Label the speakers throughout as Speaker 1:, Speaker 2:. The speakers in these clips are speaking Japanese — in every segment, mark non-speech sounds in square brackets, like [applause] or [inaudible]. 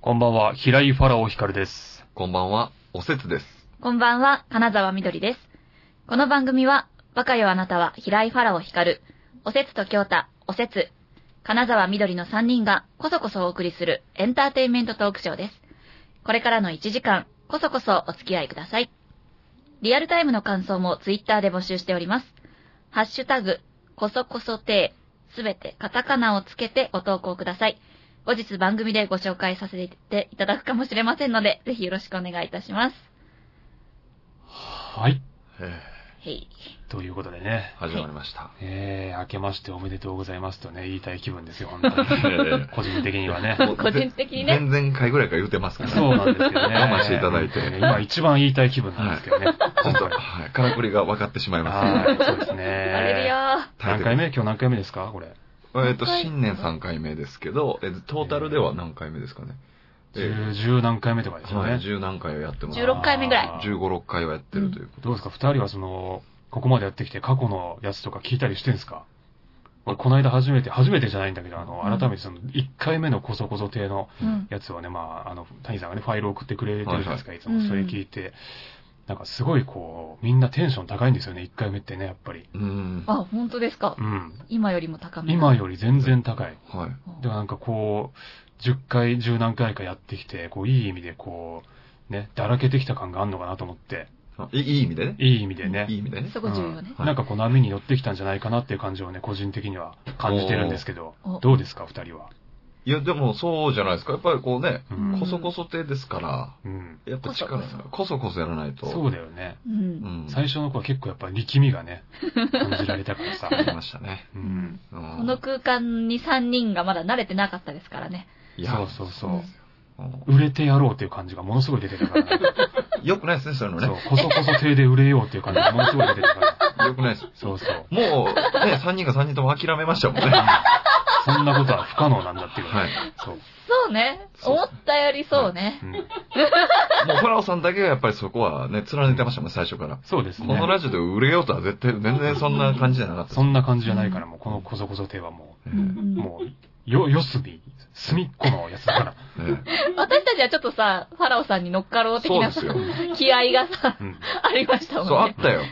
Speaker 1: こんばんは、平井ファラオヒカルです。
Speaker 2: こんばんは、おせつです。
Speaker 3: こんばんは、金沢みどりです。この番組は、若よあなたは平井ファラオ光る、おせつと京太、おせつ、金沢みどりの3人がこそこそお送りするエンターテインメントトークショーです。これからの1時間、こそこそお付き合いください。リアルタイムの感想もツイッターで募集しております。ハッシュタグ、こそこそてー、すべてカタカナをつけてご投稿ください。後日番組でご紹介させていただくかもしれませんので、ぜひよろしくお願いいたします。
Speaker 1: はい。
Speaker 2: え
Speaker 3: へい。
Speaker 1: ということでね
Speaker 2: ー、始まりました。
Speaker 1: えー、明けましておめでとうございますとね、言いたい気分ですよ、本当に。 [laughs]
Speaker 2: え
Speaker 1: 個人的にはね。
Speaker 2: ー
Speaker 3: 個人的に
Speaker 2: [laughs] 前
Speaker 3: ね。
Speaker 2: 々回ぐらいから言うてますから。
Speaker 1: そうなんですけどね。
Speaker 2: 我慢していただいて
Speaker 1: 本当にね今一番言いたい気分なんですけどね。
Speaker 2: ちょっと、
Speaker 1: 本当に
Speaker 2: はい、からくりが分かってしまいま
Speaker 1: はい、そうです
Speaker 3: バレるよ
Speaker 1: ね。
Speaker 3: ー。
Speaker 2: す。
Speaker 1: 何回目今日何回目ですかこれ。
Speaker 2: えっと、新年3回目ですけど、えトータルでは何回目ですかね。え
Speaker 1: 十、十何回目とかです
Speaker 2: ー
Speaker 1: よ
Speaker 2: はい、
Speaker 1: ね。
Speaker 2: 10何回はやってます。
Speaker 3: 16回目ぐらい
Speaker 1: あー
Speaker 2: 15、6回はやってるということ
Speaker 1: どうですか二人はその、ここまでやってきて過去のやつとか聞いたりしてんすか俺、この間初めて、初めてじゃないんだけど、あの、
Speaker 3: うん
Speaker 1: 改めてその、1回目のこそこそ亭の
Speaker 3: うん。
Speaker 1: やつはね、まあ、あの、谷さんがね、ファイルを送ってくれてるじゃないですか、いつも。
Speaker 3: うん
Speaker 1: それ聞いて、なんかすごいこう、みんなテンション高いんですよね、1回目ってね、やっぱり。
Speaker 2: うーん。
Speaker 3: あ、本当ですか
Speaker 1: う。ん。
Speaker 3: 今よりも高め。
Speaker 1: 今より全然高い。
Speaker 2: はい。
Speaker 1: でもなんかこう、10回、十何回かやってきて、こう、いい意味でこう、ね、だらけてきた感があるのかなと思って、
Speaker 2: あいいい意味でね。
Speaker 1: いい意味でね。
Speaker 2: いい意味でね。
Speaker 3: そこ重要ね。
Speaker 2: はい
Speaker 1: なんかこう波に乗ってきたんじゃないかなっていう感じをね、個人的には感じてるんですけど
Speaker 3: おーお、
Speaker 1: どうですか、二人は。
Speaker 2: いや、でもそうじゃないですか。やっぱりこうね、
Speaker 1: う
Speaker 3: うん
Speaker 1: ん
Speaker 2: こ。そこそ手ですから、
Speaker 1: うん、
Speaker 2: やっぱ力
Speaker 3: こそこそ、
Speaker 2: こそこそやらないと。
Speaker 1: そうだよね。
Speaker 3: う。
Speaker 2: うんん。
Speaker 1: 最初の子は結構やっぱ力みがね、感じられたから
Speaker 2: [laughs]
Speaker 1: さ。
Speaker 2: ありましたね。
Speaker 1: うん。
Speaker 2: こ
Speaker 3: この空間に3人がまだ慣れてなかったですからね。
Speaker 2: いや、
Speaker 1: そうそうそ
Speaker 2: うん
Speaker 1: う。売れてやろうっていう感じがものすごい出てたからね。
Speaker 2: よくないですね、そういうの
Speaker 1: そう
Speaker 2: ね。、
Speaker 1: こそこそ手で売れようっていう感じがものすごい出てたから。
Speaker 2: [laughs] よくないです。
Speaker 1: そうそう。
Speaker 2: もう、 [laughs] ね、3人が3人とも諦めましたもんね。
Speaker 1: そんなことは不可能なんだっていう。
Speaker 2: はい。
Speaker 1: そう。
Speaker 3: そうね。
Speaker 2: そう
Speaker 3: 思ったよりそうね。
Speaker 1: うん
Speaker 2: もう、ファラオさんだけがやっぱりそこはね、貫いてましたもん、最初から。
Speaker 1: そうです
Speaker 2: こ
Speaker 1: ね。
Speaker 2: のラジオで売れようとは絶対、全然そんな感じじゃなかったです
Speaker 1: そんな感じじゃないから、もうこのこそこそ手はもう。
Speaker 2: え
Speaker 3: うんうん
Speaker 1: もう、よ、四隅、隅っこのやつだから。
Speaker 2: ええ
Speaker 3: 私たちはちょっとさ、ファラオさんに乗っかろう
Speaker 2: え
Speaker 3: 的
Speaker 2: そう
Speaker 3: な
Speaker 2: ですよ。
Speaker 3: 気合がさ、
Speaker 1: うん。
Speaker 3: ありました
Speaker 2: そう、
Speaker 3: も
Speaker 2: あ
Speaker 3: んね
Speaker 2: っ。た [laughs] よ。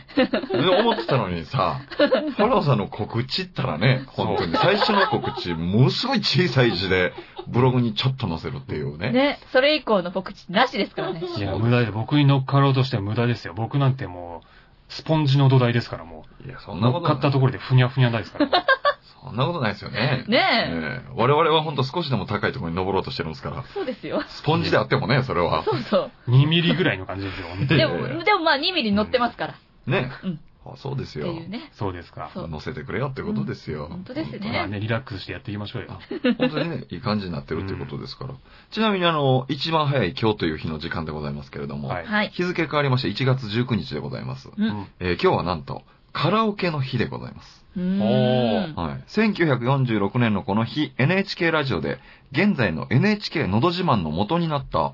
Speaker 2: で思ってたのにさ、ファラオさんの告知ったらね、本当に最初の告知、ものすごい小さい字で、ブログにちょっと載せるっていうね。
Speaker 3: ね。それ以降の告知なしですからね。
Speaker 1: いや、無駄で、僕に乗っかろうとしては無駄ですよ。僕なんてもう、スポンジの土台ですから、も
Speaker 2: いや、そ
Speaker 1: うん
Speaker 2: な
Speaker 1: 乗
Speaker 2: こ
Speaker 1: っ
Speaker 2: と
Speaker 1: か
Speaker 2: ない
Speaker 1: ったところでふにゃふにゃないですから。
Speaker 2: そんなことないですよね。
Speaker 3: ね
Speaker 2: ええ我々は本当少しでも高いところに登ろうとしてるんですから
Speaker 3: え。。そうですよ。
Speaker 2: スポンジであってもね、それは。
Speaker 3: そうそう。
Speaker 1: 2ミリぐらいの感じですよ、本当に
Speaker 3: でも、でもまあ2ミリ乗ってますから。っ
Speaker 2: ね。
Speaker 3: うん
Speaker 2: あそうです
Speaker 3: て
Speaker 2: よ。
Speaker 3: いうね。
Speaker 1: そうですか。
Speaker 3: そう
Speaker 2: 乗せてくれよってことですよ。
Speaker 3: うん本当ですね
Speaker 1: まあね、リラックスしてやっていきましょうよ。
Speaker 2: 本当にね、いい感じになってるっていうことですから。ちなみにあの、一番早い今日という日の時間でございますけれども、
Speaker 1: はい。
Speaker 3: はい。
Speaker 2: 日付変わりまして1月19日でございます。
Speaker 3: う。
Speaker 1: うんん
Speaker 2: えー今日はなんと、カラオケの日でございます。
Speaker 3: うーん
Speaker 1: おー
Speaker 2: はい。1946年のこの日、NHK ラジオで、現在の NHK のど自慢の元になった、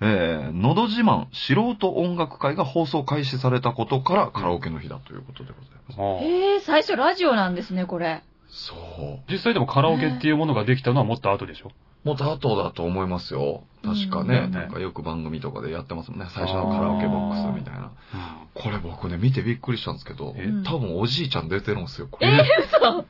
Speaker 2: えー、のど自慢素人音楽会が放送開始されたことからカラオケの日だということでございます。
Speaker 1: もう
Speaker 3: ええ最初ラジオなんですね、これ。
Speaker 2: そう。
Speaker 1: 実際でもカラオケっていうものができたのはもっと後でしょ。
Speaker 2: もっと後だと思いますよ。確か
Speaker 1: う
Speaker 2: ね。
Speaker 1: ん
Speaker 2: なんかよく番組とかでやってますもんね。最初のカラオケボックスみたいな。
Speaker 1: うん
Speaker 2: これ僕ね、見てびっくりしたんですけど
Speaker 1: え、
Speaker 3: うん
Speaker 2: 多分おじいちゃん出てるんですよ、こ
Speaker 3: え
Speaker 2: れ。
Speaker 3: ー、嘘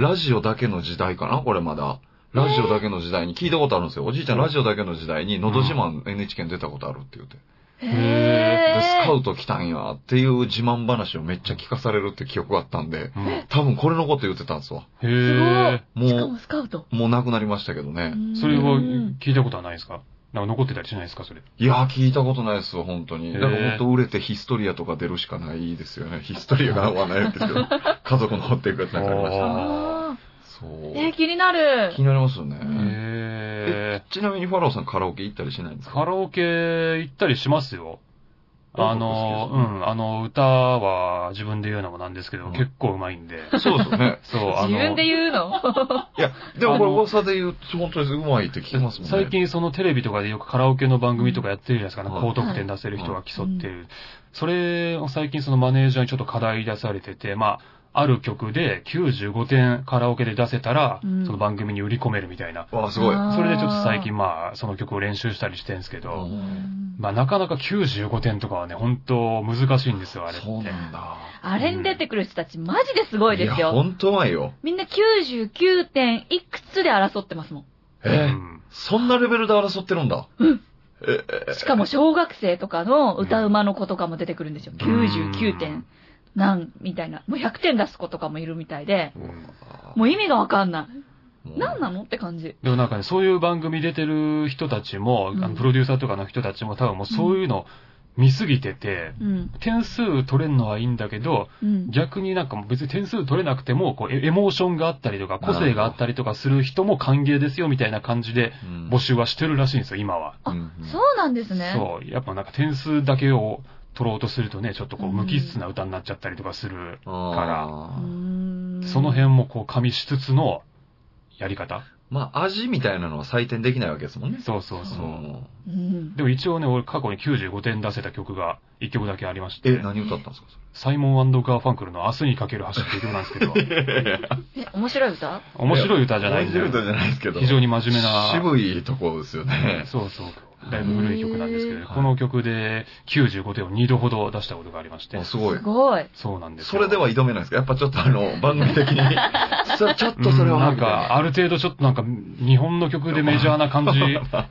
Speaker 2: ラジオだけの時代かなこれまだ。ラジオだけの時代に、聞いたことあるんですよ。おじいちゃんラジオだけの時代に、のど自慢 NHK に出たことあるって言って。
Speaker 1: へ
Speaker 2: で、スカ
Speaker 3: え
Speaker 2: ウト来たんやっていう自慢話をめっちゃ聞かされるって記憶があったんで、
Speaker 1: うんへ
Speaker 2: 多分これのこと言ってたんですわ。
Speaker 1: え。
Speaker 3: ー、しかも
Speaker 2: も
Speaker 3: スカウト。
Speaker 2: う、もうなくなりましたけどね。
Speaker 1: それは
Speaker 3: うん
Speaker 1: 聞いたことはないですかなんか残ってたりしないですか、それ。
Speaker 2: いやー、聞いたことないですよ、本当に。
Speaker 1: へー
Speaker 2: だから本当売れてヒストリアとか出るしかないですよね。ヒストリアが合わないですけど、家族のっていくやつなんかありましたね。
Speaker 3: あー
Speaker 2: そう。
Speaker 3: えー、気になる
Speaker 2: 気。になりますよ
Speaker 1: へ
Speaker 2: ね。
Speaker 1: え。
Speaker 2: ちなみにファラオさんカラオケ行ったりしないんですか
Speaker 1: カラオケ行ったりしますよ。あの、う
Speaker 2: あ
Speaker 1: ん、あの、歌は自分で言うのもなんですけど、
Speaker 2: うん
Speaker 1: 結構うまいん
Speaker 2: [laughs]
Speaker 1: で。
Speaker 2: そうです
Speaker 1: [laughs]
Speaker 2: よね。
Speaker 1: そう、あ
Speaker 3: 自
Speaker 1: の
Speaker 3: 分、で言うの
Speaker 2: いや、でもこれ噂で言うと本当にうまいって聞きますもんね。
Speaker 1: 最。近そのテレビとかでよくカラオケの番組とかやってるじゃないですか、
Speaker 2: うん
Speaker 1: 高得点出せる人が競ってる。それを最近そのマネージャーにちょっと課題出されてて、まあ、ある曲で95点カラオケで出せたら、
Speaker 3: うん
Speaker 1: その番組に売り込めるみたいな。
Speaker 2: わあ、すごい。
Speaker 3: あー
Speaker 1: それでちょっと最近まあ、その曲を練習したりしてんすけ
Speaker 2: う
Speaker 1: ど、
Speaker 2: ん
Speaker 1: まあなかなか95点とかはね、本当難しいんですよ、あれって。
Speaker 2: そうなんだ。
Speaker 3: [laughs] あれに出てくる人たち、マジですごいです
Speaker 2: いや、ほ
Speaker 3: よ。
Speaker 2: んとうまいよ。
Speaker 3: みんな99点いくつで争ってますもん。
Speaker 2: え
Speaker 1: う
Speaker 2: ー
Speaker 1: ん
Speaker 2: そんなレベルで争ってるんだ。
Speaker 3: うん
Speaker 2: ええ
Speaker 3: しかも小学生とかの歌うまの子とかも出てくるんですよ。99
Speaker 1: う
Speaker 3: 点
Speaker 1: ん
Speaker 3: なんみたいな。もう100点出す子とかもいるみたいで、
Speaker 1: うん
Speaker 3: もう意味がわかんな
Speaker 2: も
Speaker 3: い。なんなのって感じ。
Speaker 1: でもなんかね、そういう番組出てる人たちも、
Speaker 3: うん
Speaker 1: あのプロデューサーとかの人たちも多分もうそういうの見すぎてて、
Speaker 3: うん。
Speaker 1: 点数取れんのはいいんだけど、
Speaker 3: うん。
Speaker 1: 逆になんかもう別に点数取れなくても、こう、エエモーションがあったりとか、個性があったりとかする人も歓迎ですよみたいな感じで
Speaker 2: うん
Speaker 1: 募集はしてるらしいんですよ、今は。
Speaker 3: あ
Speaker 2: うんうん
Speaker 3: そうなんですね。
Speaker 1: そう。やっぱなんか点数だけを取ろうとするとね、ちょっとこう、
Speaker 3: うん
Speaker 1: 無機質な歌になっちゃったりとかする。
Speaker 2: あー
Speaker 1: から
Speaker 3: うーん
Speaker 1: その辺もこう、加味しつつのやり方。
Speaker 2: まあ、味みたいなのは採点できないわけですもんね。
Speaker 1: そうそうそう。
Speaker 2: ん
Speaker 3: うん
Speaker 1: でも一応ね、俺過去に95点出せた曲が1曲だけありまし
Speaker 2: え、
Speaker 1: て、
Speaker 2: 何歌ったんですか
Speaker 1: サイモンガーファンクルの明日にかける橋っていう曲なんですけ
Speaker 2: [laughs]
Speaker 1: ど、
Speaker 2: それ
Speaker 3: え、面白い歌
Speaker 1: [laughs] 面白い歌じゃないんだ
Speaker 2: 面白い歌じ
Speaker 1: よ。
Speaker 2: ゃないですけど。
Speaker 1: 非常に真面目な。
Speaker 2: 渋いとこですよね。
Speaker 1: そうそう。だいぶ古い曲なんですけ
Speaker 2: へ
Speaker 1: ど、
Speaker 2: ー
Speaker 1: この曲で95点を2度ほど出したことがありまして
Speaker 2: あ、すごい
Speaker 3: す。ごい。
Speaker 1: そうなんです
Speaker 2: そ
Speaker 1: よ
Speaker 2: れでは挑めないですかやっぱちょっとあ
Speaker 1: [laughs]
Speaker 2: の、番組的に。そちょっとそれ
Speaker 1: う
Speaker 2: は
Speaker 1: んなん
Speaker 2: みたい
Speaker 1: か、、ある程度ちょっとなんか、日本の曲でメジャーな感じ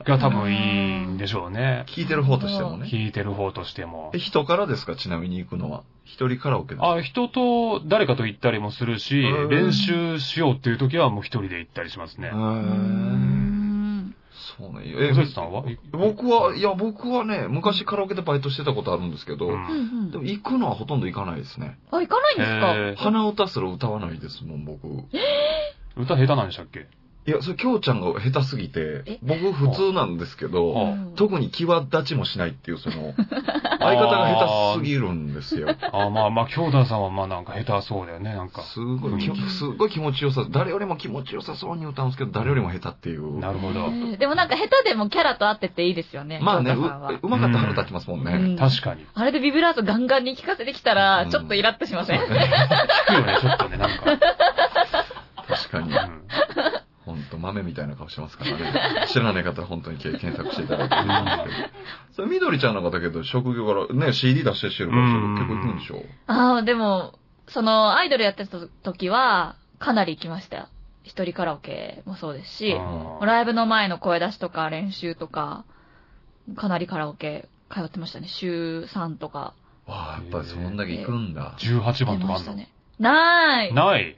Speaker 1: が多分いいんでしょう
Speaker 2: [laughs]。
Speaker 1: ね
Speaker 2: 聞いてる方としてもね。
Speaker 1: 聴いてる方としても
Speaker 2: え。人からですかちなみに行くのは。一人カラオケですか
Speaker 1: あ、人と誰かと行ったりもするし
Speaker 2: うん、
Speaker 1: 練習しようっていう時はもう一人で行ったりしますね
Speaker 2: へ。
Speaker 3: うー
Speaker 2: ー
Speaker 3: ん。
Speaker 2: そうね。
Speaker 1: 小関さんは
Speaker 2: 僕は、いや、僕はね、昔カラオケでバイトしてたことあるんですけど、
Speaker 1: う
Speaker 3: うんうんん
Speaker 2: でも行くのはほとんど行かないですね。
Speaker 3: あ、行かないんですか
Speaker 1: えー
Speaker 2: 鼻歌すら歌わないですもん、僕。い
Speaker 1: 歌下手なんでしたっけ
Speaker 2: や、それ、きょうちゃんが下手すぎ
Speaker 3: え
Speaker 2: て、僕普通なんですけど、
Speaker 1: あ
Speaker 3: うん
Speaker 2: 特に際立ちもしないっていう、その、相方が下手すぎるんですよ。
Speaker 1: あまあまあ、京太さんはまあなんか下手そうだよね、なんか。
Speaker 2: すごい、
Speaker 1: 雰囲
Speaker 3: 気
Speaker 2: すごい気持ちよさ、誰よりも気持ちよさそうに歌うんですけど、誰よりも下手っていう。
Speaker 1: なるほど。
Speaker 3: えーでもなんか下手でもキャラと合ってていいですよね。
Speaker 2: まあね、
Speaker 3: 翔
Speaker 2: う、う
Speaker 3: 太さんは
Speaker 2: まかったら腹立ちますもん
Speaker 3: う
Speaker 2: ね。
Speaker 3: ん
Speaker 1: 確かに。
Speaker 3: あれでビブラートガンガンに聞かせてきた
Speaker 2: う
Speaker 3: ら
Speaker 2: ん、
Speaker 3: ちょっとイラッとしません、
Speaker 2: そうね
Speaker 1: 聞くよね、ちょっとね、なんか。
Speaker 2: 確かに。
Speaker 1: うん
Speaker 2: ほんと豆みたいな顔してますからね。知らない方は本当に検索していただいてるんですけど。それ、みどりちゃんなんかだけど、職業からね、CD 出してしてるから、それ
Speaker 1: うん
Speaker 2: 結構行くんでしょ
Speaker 3: [laughs] ああ、でも、その、アイドルやってた時は、かなり行きましたよ。一人カラオケもそうですし、
Speaker 1: あー
Speaker 3: ライブの前の声出しとか練習とか、かなりカラオケ通ってましたね。週3とか
Speaker 2: わあ、やっぱりそんだけ行くんだ。
Speaker 1: 18
Speaker 3: 出
Speaker 1: 番とか
Speaker 3: ま
Speaker 1: あ
Speaker 3: し
Speaker 1: ん
Speaker 3: た
Speaker 1: の
Speaker 3: ね。ない
Speaker 1: ない。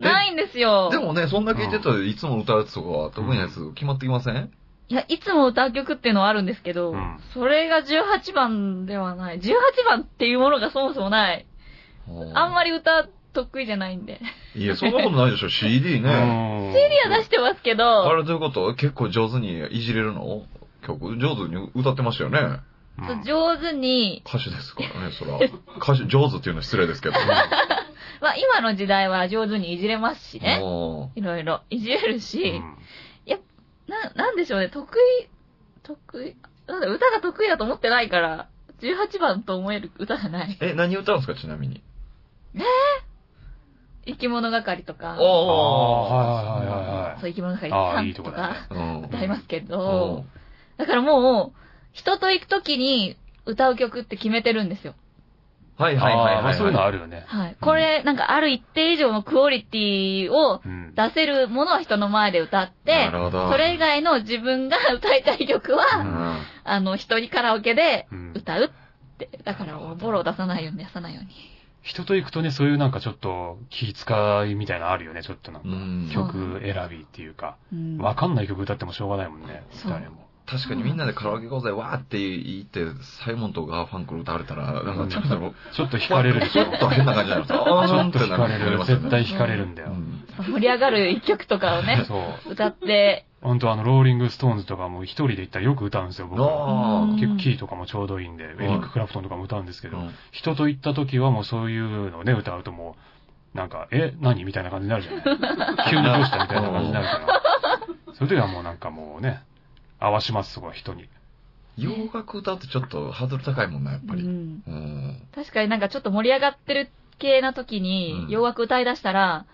Speaker 2: え
Speaker 3: ないんですよ。
Speaker 2: でもね、そんだけ行ってたらいつも歌うやつとかは得意なやつ決まってきません
Speaker 3: いや、いつも歌う曲っていうのはあるんですけど、
Speaker 1: うん
Speaker 3: それが18番ではない。18番っていうものがそもそもない。あんまり歌得意じゃないんで。
Speaker 2: り。いや、そんなことないでしょ、CD ね。
Speaker 1: CD
Speaker 3: 手は出してますけ
Speaker 2: あ
Speaker 3: ど、
Speaker 2: れどういうこと結構上手にいじれるの曲上手に歌ってましたよね。
Speaker 3: 上手に、
Speaker 2: 歌手ですからね、そら。歌手上手っていうのは失礼ですけど。
Speaker 3: まあ今の時代は上手にいじれますしね。
Speaker 2: も。
Speaker 3: いろいろいじれるし、な、なんでしょうね、得意、得意、なんだ歌が得意だと思ってないから、18番と思える歌じゃないう [laughs]
Speaker 2: え、何歌うんですか、ちなみに。
Speaker 3: 生き物係とか、
Speaker 1: ああ、はいはいはいはい。
Speaker 3: そう生き物係
Speaker 1: ああいい
Speaker 3: 3
Speaker 1: と
Speaker 3: と
Speaker 1: こだね
Speaker 3: か
Speaker 2: いはいはい。
Speaker 3: 歌いますけ
Speaker 2: うん。
Speaker 3: ど、だからもう、人と行くときに歌う曲って決めてるんですよ。
Speaker 2: はいはいはい
Speaker 1: あーま
Speaker 2: は
Speaker 1: あ
Speaker 2: い。
Speaker 1: そういうのあるよね。
Speaker 3: はい。これ、なんかある一定以上のクオリティを
Speaker 1: うん。
Speaker 3: 出せるものは人の前で歌って
Speaker 2: な、るほど。
Speaker 3: それ以外の自分が歌いたい曲
Speaker 2: う
Speaker 3: は、
Speaker 2: ん
Speaker 3: あの、一人カラオケで
Speaker 1: うん
Speaker 3: 歌うって。だから、ボロを出さないように、出さないように。
Speaker 1: 人と行くとね、そういうなんかちょっと気遣いみたいなのあるよね、ちょっとなん
Speaker 2: う
Speaker 1: か。
Speaker 2: ん。
Speaker 3: そう
Speaker 1: 曲選びっていうか。
Speaker 3: うん
Speaker 1: わかんない曲歌ってもしょうがないもんね、
Speaker 3: そう
Speaker 1: 誰も。
Speaker 2: 確かにみんなでカラオケ講座わーって言って、サイモンとガーファンクル歌われたら、なんかちょっと、
Speaker 1: ちょっと惹かれるでし
Speaker 2: ちょ
Speaker 1: ょ。
Speaker 2: っと変な感じになるんですよ。
Speaker 1: ち
Speaker 2: あ
Speaker 1: ょ
Speaker 2: ー
Speaker 1: っと惹かれる。絶対惹かれるんだ
Speaker 2: う
Speaker 1: よ。
Speaker 2: ん
Speaker 3: 盛り上がる一曲とかを
Speaker 1: [laughs]
Speaker 3: ね、
Speaker 1: そう。
Speaker 3: 歌って、
Speaker 1: 本当あの、ローリングストーンズとかも一人で行ったらよく歌うんですよ、僕。
Speaker 2: あ
Speaker 3: う
Speaker 2: ー
Speaker 3: ん
Speaker 1: 結構キーとかもちょうどいいんで、エ
Speaker 2: ん
Speaker 1: リック・クラプトンとかも歌うんですけ
Speaker 2: う
Speaker 1: ど
Speaker 2: ん、
Speaker 1: 人と行った時はもうそういうのね、歌うともう、なんか、え、何みたいな感じになるじゃ
Speaker 2: [laughs]
Speaker 1: ない急にどうしたみたいな感じになるから。そういう時はもうなんかもうね、合わします、そこは人に。
Speaker 2: 洋楽歌うとちょっとハードル高いもんな、やっぱ
Speaker 3: う
Speaker 2: り。
Speaker 3: ん
Speaker 2: うん。
Speaker 3: 確かになんかちょっと盛り上がってる系な時
Speaker 2: うん
Speaker 3: に、洋楽歌い出したら、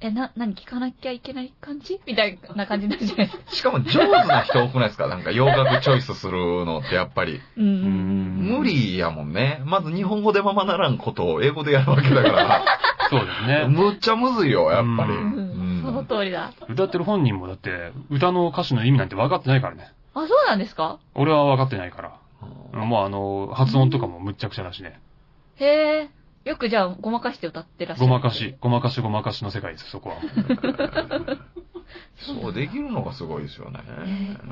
Speaker 3: え、な、何聞かなきゃいけない感じみたいな感じになるじゃないですか。
Speaker 2: しかも上手な人多くないですかなんか洋楽チョイスするのってやっぱり。
Speaker 3: う
Speaker 1: う
Speaker 3: んうん。
Speaker 1: ん
Speaker 2: 無。理やもんね。まず日本語でままならんことを英語でやるわけだか
Speaker 1: そうです
Speaker 2: ら。
Speaker 1: ね。
Speaker 2: むっちゃむずいよ、やっぱり。
Speaker 1: う
Speaker 3: うんその
Speaker 2: う
Speaker 3: 通りだ。
Speaker 1: 歌ってる本人もだって、歌の歌詞の意味なんて分かってないからね。
Speaker 3: あ、そうなんですか
Speaker 1: 俺は分かってないから。
Speaker 2: ん
Speaker 1: もうあの、発音とかもむっちゃくちゃだしね。
Speaker 3: へえ。よくじゃあ、ごまかして歌ってらっしゃ
Speaker 1: ご
Speaker 3: る。
Speaker 1: まかし、。ごまかしごまかしの世界です、そこは。
Speaker 2: [laughs] そうできるのがすごいですよね。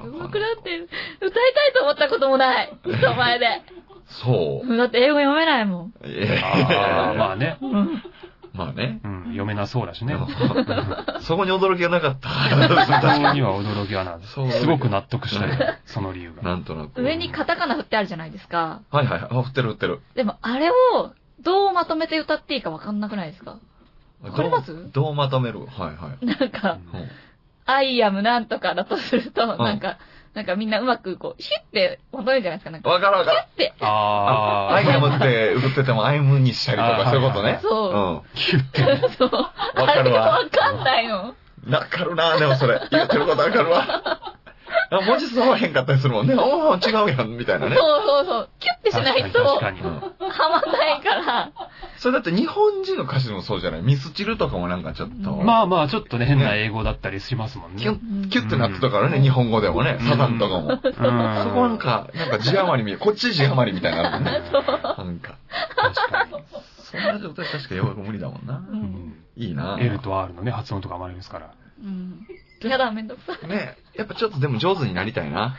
Speaker 3: うまくなって、歌いたいと思ったこともない。 [laughs] 人前で。
Speaker 2: そう。
Speaker 3: だって英語読めないもん。
Speaker 2: いや
Speaker 1: あーまあね。
Speaker 3: うん。
Speaker 2: まあね。
Speaker 1: うん、読めなそうだしね
Speaker 2: で。も
Speaker 1: うん
Speaker 2: そこに驚きがな
Speaker 1: [laughs]
Speaker 2: かった。
Speaker 1: そこ
Speaker 2: 確か
Speaker 1: に
Speaker 2: に。
Speaker 1: は驚きはな
Speaker 2: そう
Speaker 1: すごく納得したよ、その理由が。
Speaker 2: なんとなく。
Speaker 3: 上にカタカナ振ってあるじゃないですか。
Speaker 2: はいはい。あ、振ってる振ってる。
Speaker 3: でも、あれを、どうまとめて歌っていいかわかんなくないですか [laughs] わかります
Speaker 2: どうどうまとめるはいはい。
Speaker 3: な
Speaker 1: [laughs]
Speaker 3: んか、
Speaker 2: うん
Speaker 3: アイアムなんとかだとすると、
Speaker 2: ん
Speaker 3: なんか、なんかみんなうまくこう、シュッてまとめるじゃないですか。なんか、
Speaker 2: わかるわかる。
Speaker 3: って、
Speaker 1: あー。
Speaker 2: アイアムって振っててもアイムにしたりとか
Speaker 1: あー
Speaker 2: そういうこと
Speaker 1: はいは
Speaker 2: ね
Speaker 1: い。
Speaker 3: そうう。
Speaker 2: ん。
Speaker 1: キュッて。
Speaker 3: [laughs] そう。
Speaker 2: るわ
Speaker 3: あれがわかんないの。
Speaker 2: わかるなでもそれ。言ってることわかるわ。あ文字揃わへんかったりするもんね。おお違うやん、みたい
Speaker 3: そ
Speaker 2: な
Speaker 3: う
Speaker 2: ね。
Speaker 3: そうそう。キュッてしないと、
Speaker 1: 確
Speaker 3: は
Speaker 1: かに。確かに
Speaker 3: まんないから。
Speaker 2: それだって日本人の歌詞でもそうじゃないミスチルとかもなんかちょっと。
Speaker 1: まあまあ、ちょっとね、変な英語だったりしますもんね。
Speaker 2: キュ
Speaker 1: う
Speaker 2: ッ、キュッてなってたからね、日本語でもね、
Speaker 1: うん
Speaker 2: サザンとかも。
Speaker 1: ん。そこ
Speaker 2: そこなんか、なんか字余り [laughs] み、こっち字余りみたいになるもんね。なんか、
Speaker 1: 確かに。
Speaker 2: そんな状態確か洋楽無理だもんな
Speaker 3: う。ん。
Speaker 1: う
Speaker 2: いいな。
Speaker 1: ん L と R のね、発音とかもありますから。
Speaker 3: うん。やだ、めんどくさい。
Speaker 2: ねやっぱちょっとでも上手になりたいな。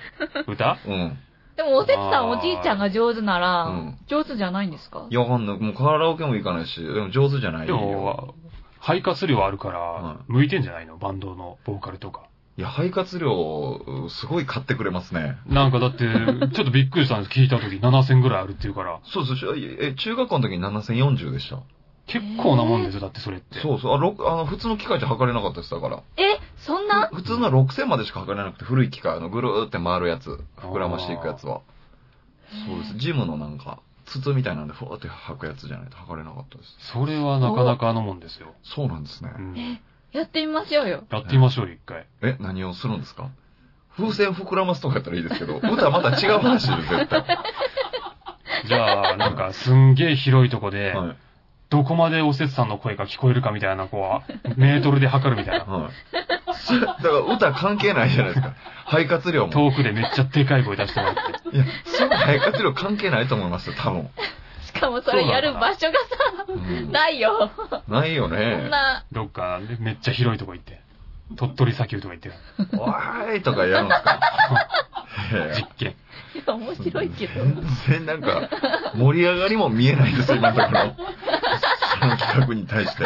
Speaker 1: 歌
Speaker 2: うん。
Speaker 3: でも、おせつさん、おじいちゃんが上手なら、
Speaker 2: うん
Speaker 3: 上手じゃないんですか
Speaker 2: いや、わかんない。もうカラオケも行かないし、でも上手じゃない
Speaker 1: で
Speaker 2: よ。
Speaker 1: も、肺活量あるか
Speaker 2: は
Speaker 1: ら、向いてんじゃないのバンドのボーカルとか。
Speaker 2: いや、肺活量、すごい買ってくれますね。
Speaker 1: なんかだって、ちょっとびっくりしたんです。聞いた時7000ぐらいあるっていうから。
Speaker 2: そうそうそう、え、中学校の時に7040でした。
Speaker 1: 結構なもんですよ、だってそれって。
Speaker 2: そうそう、あ、六あの、普通の機械じゃ測れなかったです、だから。
Speaker 3: え、そんな
Speaker 2: ふ普通の6000までしか測れなくて、古い機械、あの、ぐるーって回るやつ、膨らましていくやつは。そうです。ジムのなんか、筒みたいなんで、ふわーって吐くやつじゃないと測れなかったです。
Speaker 1: それはなかなかのもんですよ。
Speaker 2: そうなんですね。
Speaker 1: うん
Speaker 3: え、やってみましょうよ。
Speaker 1: やってみましょうよ、一回。
Speaker 2: え、何をするんですか風船膨らますとかやったらいいですけど、歌また違う話です、絶対。
Speaker 1: じゃあ、なんか、すんげえ広いとこで、
Speaker 2: はい。
Speaker 1: どこまでおせつさんの声が聞こえるかみたいな、こう、メートルで測るみたい
Speaker 2: [laughs]
Speaker 1: な。
Speaker 2: はい。それだから歌関係ないじゃないですか。肺活量も。
Speaker 1: 遠くでめっちゃでかい声出してもらって。
Speaker 2: いや、その肺活量関係ないと思いますよ、多分。
Speaker 3: しかもそれやる場所がさ、
Speaker 2: うん
Speaker 3: ないよ。
Speaker 2: ないよ
Speaker 3: そ
Speaker 2: ね
Speaker 3: ん。な、
Speaker 1: どっか、めっちゃ広いとこ行って。鳥取砂丘とか行って。
Speaker 2: おーいとかやるんですかええ
Speaker 1: 実験。
Speaker 3: いや、面白いけど。
Speaker 2: 全然なんか、盛り上がりも見えないですよ、今のところ。その企画に対して。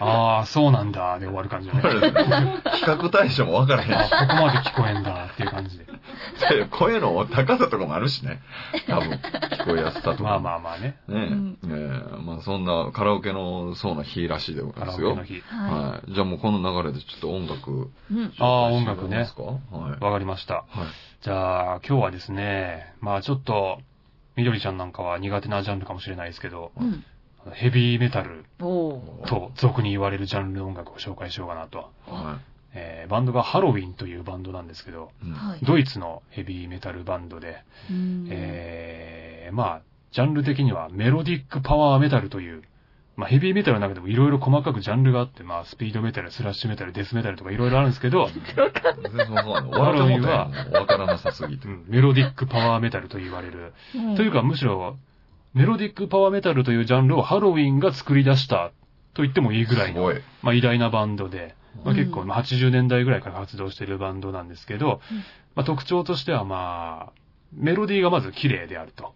Speaker 1: ああ、そうなんだ、で終わる感じだね。
Speaker 2: [laughs] そうですね企画対象もわからへんし
Speaker 1: あここまで聞こえんだ、っていう感じで。
Speaker 2: で声の高さとかもあるしね。多分、聞こえやすさとか。
Speaker 1: まあまあまあね。
Speaker 2: あ。ねえ、
Speaker 3: うん
Speaker 2: ええまあそんなカラオケのそうな日らしいでござ
Speaker 1: カ
Speaker 2: いま
Speaker 1: ラオ
Speaker 2: す
Speaker 1: ケ
Speaker 2: よ。
Speaker 1: の日。
Speaker 3: は
Speaker 2: はい。じゃあもうこの流れでちょっと音楽。
Speaker 3: い。うん。
Speaker 1: ああ音楽ね
Speaker 2: ですかはい。
Speaker 1: わかりました。
Speaker 2: はい。
Speaker 1: じゃあ、今日はですね、まあちょっと、みどりちゃんなんかは苦手なジャンルかもしれないですけど、
Speaker 3: うん。
Speaker 1: ヘビーメタル
Speaker 3: おー。
Speaker 1: と俗に言われるジャンルの音楽を紹介しようかなと。
Speaker 2: は
Speaker 1: えーバンドがハロウィンというバンドなんですけど、
Speaker 2: い。うん
Speaker 3: はい。
Speaker 1: ドイツのヘビーメタルバンドで、
Speaker 3: うん
Speaker 1: えーまあ、ジャンル的にはメロディックパワーメタルという、まあヘビーメタルの中でもいろいろ細かくジャンルがあって、まあスピードメタル、スラッシュメタル、デスメタルとかいろいろあるんですけど、
Speaker 2: 全然わかんない。笑うのはわからなさすぎて
Speaker 1: う。んメロディックパワーメタルと言われる。
Speaker 3: うん
Speaker 1: というかむしろ、メロディックパワーメタルというジャンルをハロウィンが作り出したと言ってもいいぐらい
Speaker 2: す
Speaker 1: の、
Speaker 2: ごい。
Speaker 1: まあ偉大なバンドで、まあ、
Speaker 3: うん
Speaker 1: 結構、まあ、80年代ぐらいから活動しているバンドなんですけど、
Speaker 3: うん
Speaker 1: まあ、特徴としては、まあ、メロディーがまず綺麗であると。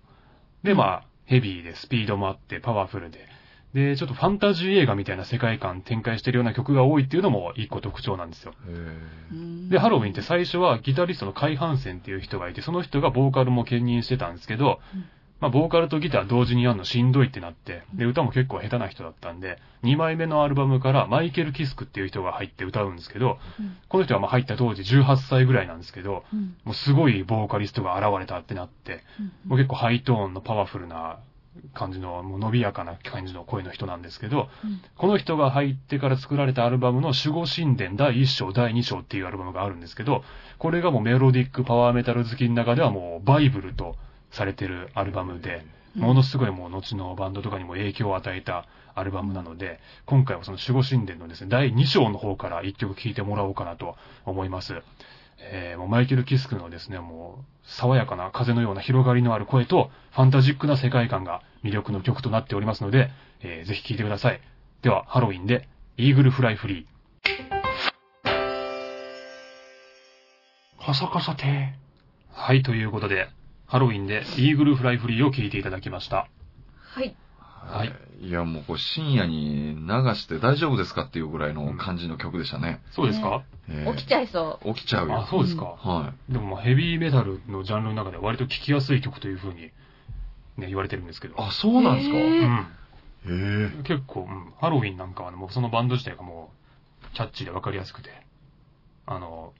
Speaker 1: で、まあ、ヘビーでスピードもあってパワフルで。で、ちょっとファンタジー映画みたいな世界観展開しているような曲が多いっていうのも一個特徴なんですよ。
Speaker 2: へ
Speaker 3: う
Speaker 2: え
Speaker 3: ん
Speaker 1: で、ハロウィンって最初はギタリストの海ハンセンっていう人がいて、その人がボーカルも兼任してたんですけど
Speaker 3: うん、
Speaker 1: まあ、ボーカルとギター同時にやるのしんどいってなって、で、歌も結構下手な人だったんで、2枚目のアルバムからマイケル・キスクっていう人が入って歌うんですけど、
Speaker 3: うん
Speaker 1: この人はまあ入った当時18歳ぐらいなんですけど、
Speaker 3: うん
Speaker 1: もうすごいボーカリストが現れたってなって、
Speaker 3: うん
Speaker 1: もう結構ハイトーンのパワフルな感じの、もう伸びやかな感じの声の人なんですけど、
Speaker 3: うん
Speaker 1: この人が入ってから作られたアルバムの守護神殿第1章、第2章っていうアルバムがあるんですけど、これがもうメロディックパワーメタル好きの中ではもうバイブルとされてるアルバムで、ものすごいもう後のバンドとかにも影響を与えたアルバムなので、今回はその守護神殿のですね、第2章の方から1曲聴いてもらおうかなと思います。えーもうマイケル・キスクのですね、もう、爽やかな風のような広がりのある声と、ファンタジックな世界観が魅力の曲となっておりますので、えーぜひ聴いてください。では、ハロウィンで、イーグルフライフリー。
Speaker 2: カサカサて。。
Speaker 1: はい、ということで、ハロウィンで、イーグルフライフリーを聴いていただきました。
Speaker 3: はい。
Speaker 1: はい
Speaker 2: いや、もうこう深夜に流して大丈夫ですかっていうぐらいの感じの曲でしたね。
Speaker 1: そうですか、
Speaker 2: えー
Speaker 3: 起きちゃいそ
Speaker 2: 起きちゃう
Speaker 1: あ
Speaker 2: よ、。
Speaker 1: そうですか。
Speaker 2: は
Speaker 1: でもまあヘビーメタルのジャンルの中で割と聴きやすい曲というふうに、ね、言われてるんですけど
Speaker 2: い。。あ、そうなんですか
Speaker 3: へ
Speaker 2: へ
Speaker 3: ー
Speaker 2: え。
Speaker 1: うん、結構、うん、ハロウィンなんかは、ね、もうそのバンド自体がもう、キャッチーでわかりやすくて、あの、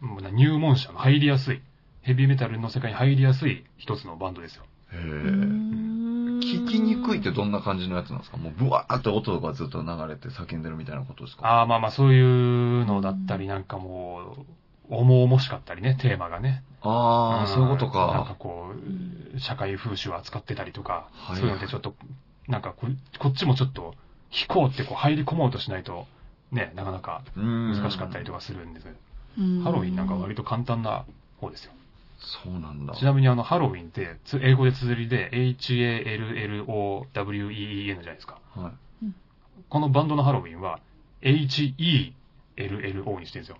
Speaker 1: もうな入門者が入りやすい、ヘビーメタルの世界に入りやすい一つのバンドですよ。
Speaker 2: へ
Speaker 3: う。
Speaker 2: え。
Speaker 3: 聞
Speaker 2: 聞きにくいってどんな感じのやつなんですかもうブワーって音がずっと流れて叫んでるみたいなことですかあ
Speaker 1: ああ、まあまあそういうのだったり、なんかもう、重々しかったりね、テーマがね。
Speaker 2: あー、
Speaker 1: ん
Speaker 2: そういうこと
Speaker 1: なんか
Speaker 2: か。
Speaker 1: こう、社会風習を扱ってたりとか、
Speaker 2: はい
Speaker 1: そういうのでちょっと、なんかここっちもちょっと、飛行ってこう入り込もうとしないと、ね、なかなか難
Speaker 2: 難
Speaker 1: しかったりとかするんですけど
Speaker 3: うん
Speaker 1: ハロウィンなんか割と簡単な方ですよ。
Speaker 2: そうなんだ。
Speaker 1: ちなみにあの、ハロウィンって、つ英語で綴りで、H-A-L-L-O-W-E-E-N じゃないですか。
Speaker 2: はい。
Speaker 1: このバンドのハロウィンは、H-E-L-L-O にしてるんですよ。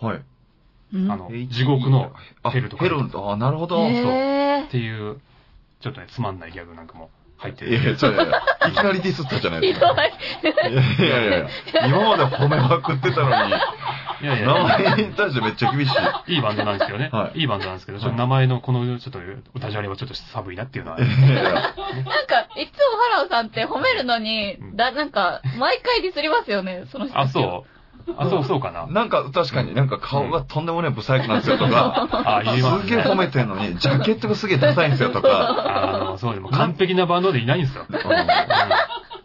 Speaker 2: はい。
Speaker 3: うん
Speaker 1: あの、地獄の、
Speaker 2: あ
Speaker 1: ヘルとか
Speaker 2: ヘルのあ、なるほど。そう。
Speaker 3: へ
Speaker 1: っていう、ちょっとね、つまんないギャグなんかも入って
Speaker 2: いやい
Speaker 1: る。
Speaker 2: や、ちょいやいやいきなりディスったじゃない
Speaker 3: ー
Speaker 2: で
Speaker 3: ひ
Speaker 2: す
Speaker 3: ど [laughs]
Speaker 2: か。
Speaker 3: い。
Speaker 2: いやいやいやいや、今まで褒めまくってたのに、
Speaker 1: いやい
Speaker 2: 名
Speaker 1: や、
Speaker 2: 前に対してめっちゃ厳しい。
Speaker 1: いいバンドなんですけどね。
Speaker 2: はい
Speaker 1: い、いバンドなんですけど、ちょっ
Speaker 2: はい
Speaker 1: と名前のこの、ちょっと、ダジャレはちょっと寒いなっていうのは、
Speaker 2: いやいや
Speaker 3: なんか、いつもハローさんって褒めるのに、だ、なんか、毎回ディスりますよね、その人た
Speaker 1: あ、
Speaker 3: ち
Speaker 1: そ
Speaker 3: を。
Speaker 1: うあ、そう、そうかな。
Speaker 2: なんか、確かになんか顔がとんでもないブサイクなんですよとか、
Speaker 1: あ、言います
Speaker 2: すげえ
Speaker 1: ね。
Speaker 2: 褒めてんのに、ジャケットがすげえダサいんですよとか、
Speaker 1: あの、そうでも完璧なバンドでいないんですよ。うん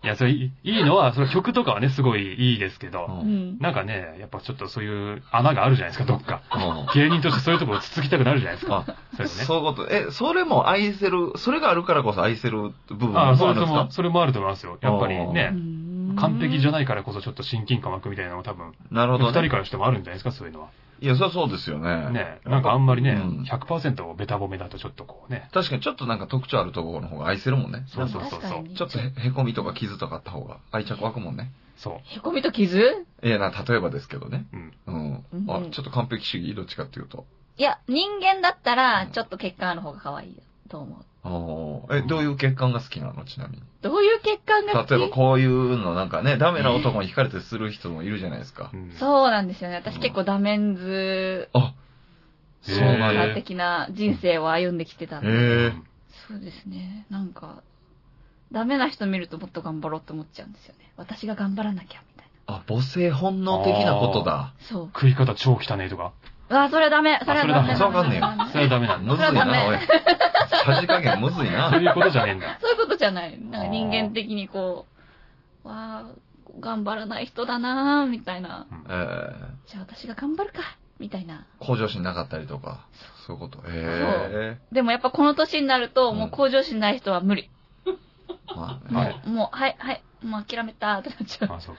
Speaker 1: いや、それ、いいいのは、その曲とかはね、すごいいいですけ
Speaker 2: う
Speaker 1: ど、
Speaker 2: んうん
Speaker 3: ん。
Speaker 1: なんかね、やっぱちょっとそういう穴があるじゃないですか、どっか。
Speaker 2: あ
Speaker 1: 芸人としてそういうところをつつきたくなるじゃないですか。そうですね。
Speaker 2: そういうこと。え、それも愛せる、それがあるからこそ愛せる部分も
Speaker 1: あ
Speaker 2: あ
Speaker 1: あ、そ
Speaker 2: るん
Speaker 1: れ
Speaker 2: で
Speaker 1: と
Speaker 2: すか
Speaker 1: も、それもあると思いますよ。やっぱり
Speaker 3: う
Speaker 1: ね、
Speaker 3: ん
Speaker 1: 完璧じゃないからこそちょっと親近感湧くみたいなのも多分、
Speaker 2: なる
Speaker 1: 二
Speaker 2: ほど、
Speaker 1: 人
Speaker 2: ね。
Speaker 1: からしてもあるんじゃないですか、そういうのは。
Speaker 2: いや、そりゃそうですよね。
Speaker 1: ね、なんかあんまりね
Speaker 2: うん、
Speaker 1: 100%をベタ褒めだとちょっとこうね、
Speaker 2: 確かにちょっとなんか特徴あるところの方が愛せるもんね。
Speaker 1: そうそうそう
Speaker 3: 確かに
Speaker 2: ちょっとへへこみとか傷とかあった方が愛着湧くもんね。
Speaker 1: そ
Speaker 3: へこみと傷
Speaker 2: いやな、例えばですけどね。
Speaker 1: う。うん。
Speaker 2: うん。
Speaker 3: う
Speaker 2: あ
Speaker 3: ん、
Speaker 2: ちょっと完璧主義どっちかっていうと。
Speaker 3: いや、人間だったら、ちょっと血管ある方が可愛いと思う。
Speaker 2: ああ。え、どういう欠陥が好きなのちなみに。
Speaker 3: どういう血管
Speaker 2: 例
Speaker 3: が
Speaker 2: え
Speaker 3: 好き
Speaker 2: ばこういうのなんかね、ダメな男に惹かれてする人もいるじゃないですか
Speaker 1: う。ん
Speaker 3: そうなんですよね。私結構ダメンズ
Speaker 2: あ、
Speaker 1: へ
Speaker 2: そ
Speaker 1: ー
Speaker 2: う
Speaker 3: カ
Speaker 2: なんや。
Speaker 3: ー的な人生を歩んできてたんで。
Speaker 2: へえ。
Speaker 3: そうですね。なんか、ダメな人見るともっと頑張ろうと思っちゃうんですよね。私が頑張らなきゃ、みたいな。
Speaker 2: あ、母性本能的なことだ。
Speaker 3: そう。
Speaker 1: 食い方超汚ねえとか。
Speaker 3: うわ、それはダメ。それはダメ。
Speaker 1: あそれ
Speaker 2: ダメ
Speaker 3: ダメ
Speaker 1: それはダメなんだ
Speaker 2: むずい
Speaker 3: それは
Speaker 2: な、おい。さじ加減むず
Speaker 1: [laughs]
Speaker 2: い
Speaker 1: そう
Speaker 2: な。
Speaker 1: いうことじゃねえんだ。
Speaker 3: そういうことじゃない。なんか人間的にこう、わあ、頑張らない人だなぁ、みたいな。
Speaker 2: えー、
Speaker 3: じゃあ私が頑張るか、みたいな。
Speaker 2: 向上心なかったりとか、そういうこと。へえ。
Speaker 3: でもやっぱこの年になると、
Speaker 2: うん
Speaker 3: もう向上心ない人は無理。
Speaker 2: まあね
Speaker 1: は
Speaker 3: も、
Speaker 1: いう
Speaker 3: もう、はい、はい、もう諦めたってなっちゃう。
Speaker 1: あ、そう。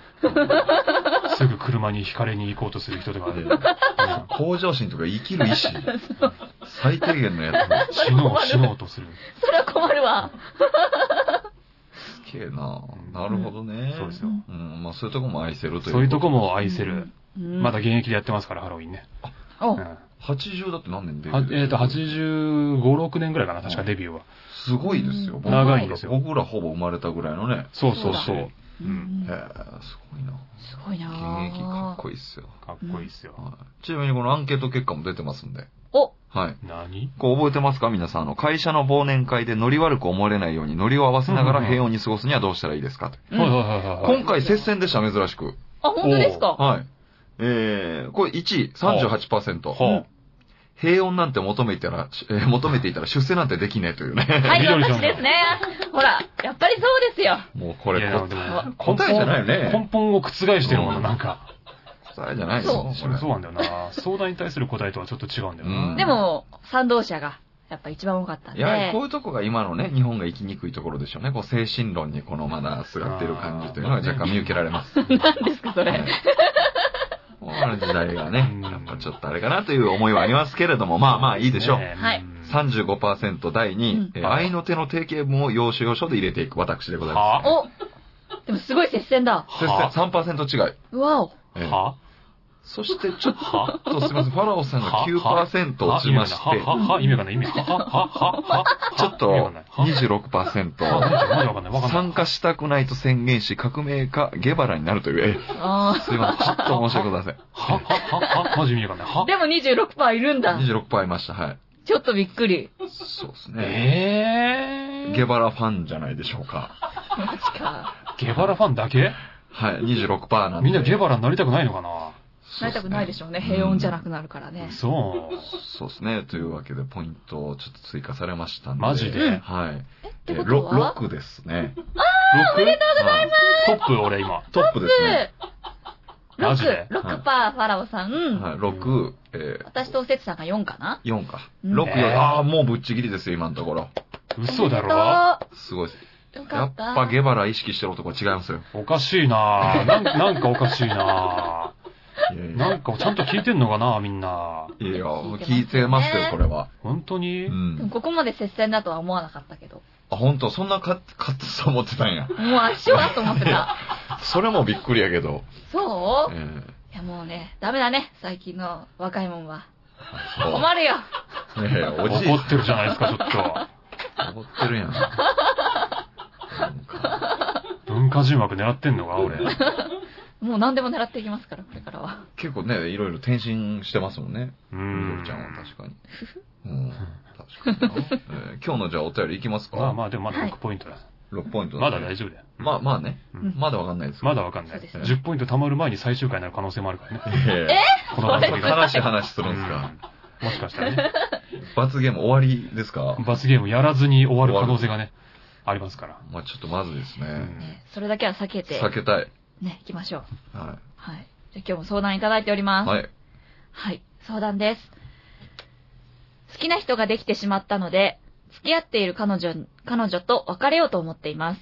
Speaker 1: すぐ車に惹かれに行こうとする人とか、
Speaker 2: え
Speaker 1: うん
Speaker 2: ー向上心とか生きる意
Speaker 3: [laughs]
Speaker 2: 志。最低限のやつ。
Speaker 1: 死のう、死のうとする。
Speaker 3: それは困るわ。
Speaker 2: すげえな。なるほどね。
Speaker 1: そうですよ。
Speaker 2: うん、まあそういうとこも愛せるという。
Speaker 1: そういうとこ。も愛せる。
Speaker 3: うん。
Speaker 1: まだ現役でやってますから、ハロウィンね。
Speaker 3: お、
Speaker 1: うん
Speaker 2: 80だって何年で
Speaker 1: はえっと、85、6年ぐらいかな、確かデビューは。
Speaker 2: すごいですよ。
Speaker 3: うん
Speaker 2: 僕
Speaker 1: 長いんですよ
Speaker 2: 僕らほぼ生まれたぐらいのね。
Speaker 1: そうそうそ
Speaker 2: そうだ
Speaker 1: う。
Speaker 3: う
Speaker 2: へえ、
Speaker 3: ん
Speaker 2: すごいな。
Speaker 3: すごいなぁ
Speaker 2: 現役かっこいいっすよ。
Speaker 1: かっこいいっすよ。
Speaker 2: はいちなみにこのアンケート結果も出てますんで。
Speaker 3: お、
Speaker 2: はい。
Speaker 1: 何
Speaker 2: こう覚えてますか皆さん、あの、会社の忘年会でノリ悪く思われないように、ノリを合わせながら平穏に過ごすにはどうしたらいいですかと
Speaker 3: うん
Speaker 1: はいは
Speaker 3: あ、
Speaker 1: いはいはい。
Speaker 2: 今回接戦でした、珍しく。
Speaker 3: 本当ですか
Speaker 2: はい。えー、これ1位、38%。
Speaker 1: ほう。
Speaker 2: 平穏なんて求めてたら、えー求めていたら出世なんてできねえというね。
Speaker 3: はい、
Speaker 1: 緑さん
Speaker 3: 私ですね。ほら、やっぱりそうですよ。
Speaker 2: もうこれ
Speaker 1: いや
Speaker 2: こ
Speaker 1: でも
Speaker 3: あ
Speaker 2: 答えじゃないよね
Speaker 1: 根本を覆してるもの、なんか。
Speaker 2: 答えじゃない
Speaker 3: そ
Speaker 2: よ。
Speaker 1: そうそうなんだよな。相談に対する答えとはちょっと違うんだよ
Speaker 2: うん
Speaker 1: な。
Speaker 3: でも、賛同者が、やっぱ一番多かったんで。
Speaker 2: やはりこういうとこが今のね、日本が生きにくいところでしょうね。こう精神論にこのまだすがってる感じというのが若干見受けられます。
Speaker 3: 何ですか、それ。
Speaker 2: もうあの時代がね
Speaker 1: う、ん
Speaker 2: やっぱちょっとあれかなという思いはありますけれども、まあまあいいでしょう。
Speaker 3: [laughs] はい
Speaker 2: 35%第2位、
Speaker 3: うん
Speaker 2: えー愛の手の定型文を要所要所で入れていく私でございま
Speaker 1: は
Speaker 3: おでもすごい接戦だ。
Speaker 2: す。そして3%違い。
Speaker 3: うわお。
Speaker 2: えー
Speaker 1: は
Speaker 2: そしてちょっ
Speaker 1: は
Speaker 2: とすみません、ファラオさんが9%落ちまして、
Speaker 1: ははは意味がない、意味がない。はははは
Speaker 2: ちょっ
Speaker 1: 意味が
Speaker 2: と
Speaker 1: ないは
Speaker 2: 26%。
Speaker 1: はまだわかんない、わかんない。
Speaker 2: 参加したくないと宣言し、革命家ゲバラになるという、えー
Speaker 3: あ
Speaker 2: すい
Speaker 3: [laughs]
Speaker 2: ません、ちょっと申し訳ござい
Speaker 1: ははははマジ意味がない。は
Speaker 3: あ。でも26%いるんだ
Speaker 2: ませ。ん。26%いました、はい。
Speaker 3: ちょっとびっくり。
Speaker 2: そうですね。
Speaker 1: えー。
Speaker 2: ゲバラファンじゃないでしょうか。
Speaker 3: マジか。
Speaker 1: ゲバラファンだけ
Speaker 2: はい、26%なんで。
Speaker 1: みんなゲバラになりたくないのかな
Speaker 3: なりたくないでし
Speaker 2: ょ。
Speaker 3: ょうね。平穏じゃなくなるからね。
Speaker 1: そう。
Speaker 2: そうですね。というわけで、ポイントをちょっと追加されましたんで。
Speaker 1: マジで
Speaker 2: うんはい。
Speaker 3: え
Speaker 2: え
Speaker 3: っ
Speaker 2: ー
Speaker 3: てこ
Speaker 2: ろ
Speaker 3: とは
Speaker 2: 6ですね。
Speaker 1: おめでと
Speaker 2: うございます。
Speaker 1: トップ俺今。
Speaker 2: トップですね。
Speaker 1: マジ
Speaker 3: 6
Speaker 1: で、
Speaker 3: 6%ファラオさん。
Speaker 2: はい、6、え
Speaker 3: 私とおせつさんが4かな
Speaker 2: ー、4か。
Speaker 3: うん
Speaker 2: 6より、
Speaker 1: えー
Speaker 2: ああ、もうぶっちぎりですよ、今のところ。
Speaker 1: 嘘だろ
Speaker 2: すごいです。
Speaker 3: よか
Speaker 2: やっ
Speaker 3: った。
Speaker 2: ぱゲバラ意識してる男は違いますよ。
Speaker 1: おかしいなぁ。なんなんかおかしいなぁ。
Speaker 2: いやいや
Speaker 1: なんかちゃんと聞いてんのかなみんな。
Speaker 2: いやいや、聞
Speaker 3: 聞
Speaker 2: い
Speaker 3: い
Speaker 2: て
Speaker 3: て
Speaker 2: ま
Speaker 3: ますすね
Speaker 2: よ、これは。
Speaker 1: 本当に、
Speaker 2: う
Speaker 3: でも
Speaker 2: ん。
Speaker 3: ここまで接戦だとは思わなかったけど。
Speaker 2: あ、本当そんなか、かってそう思ってたんや。
Speaker 3: もう圧勝だと思ってた。
Speaker 2: それもびっくりやけど。
Speaker 3: そう
Speaker 2: えー
Speaker 3: いやもうね、ダメだね。最近の若いもんは。
Speaker 2: そう
Speaker 3: 困るよ。
Speaker 2: ねえおじい
Speaker 1: 怒ってるじゃないですか、ちょ
Speaker 2: 怒ってるやん。なんか
Speaker 1: っと。文化人枠狙ってんのか俺。
Speaker 3: もう何でも狙っていきますから、これからは。
Speaker 2: 結構ね、いろいろ転身してますもんね。
Speaker 1: う
Speaker 2: うんん。。ちゃんは確かに。うん。確かにな、えー今日のじゃあお便りいきますか
Speaker 1: まあまあ、でもまだ
Speaker 3: はい
Speaker 1: 6ポイントだ。
Speaker 2: 6ポイント
Speaker 1: まだ大
Speaker 2: 丈
Speaker 1: 丈夫だよ。
Speaker 2: まあまあね。
Speaker 1: うん
Speaker 2: まだわかんないですけど
Speaker 1: まだわかんない。
Speaker 3: そうですね
Speaker 1: 10ポイント貯まる前に最終回になる可能性もあるからね。
Speaker 2: え
Speaker 1: この
Speaker 2: ー、
Speaker 1: 番組が。
Speaker 2: 悲しい話するんですか、
Speaker 1: うんもしかしたらね、
Speaker 2: 罰ゲーム終わりですか
Speaker 1: 罰ゲームやらずに終わる可能性がね、ありますから。
Speaker 2: まあちょっとまずいです
Speaker 1: う
Speaker 2: ね。
Speaker 1: ん
Speaker 3: ね、それだけは避けて、
Speaker 2: 避けたい。
Speaker 3: ね、行きましょう。
Speaker 2: は
Speaker 3: はい。じゃあ今日も相談いただいており
Speaker 2: い。
Speaker 3: ます。
Speaker 2: はい。
Speaker 3: はい、相談です。好きな人ができてしまったので、付き合っている彼女に、彼女と別れようと思っています。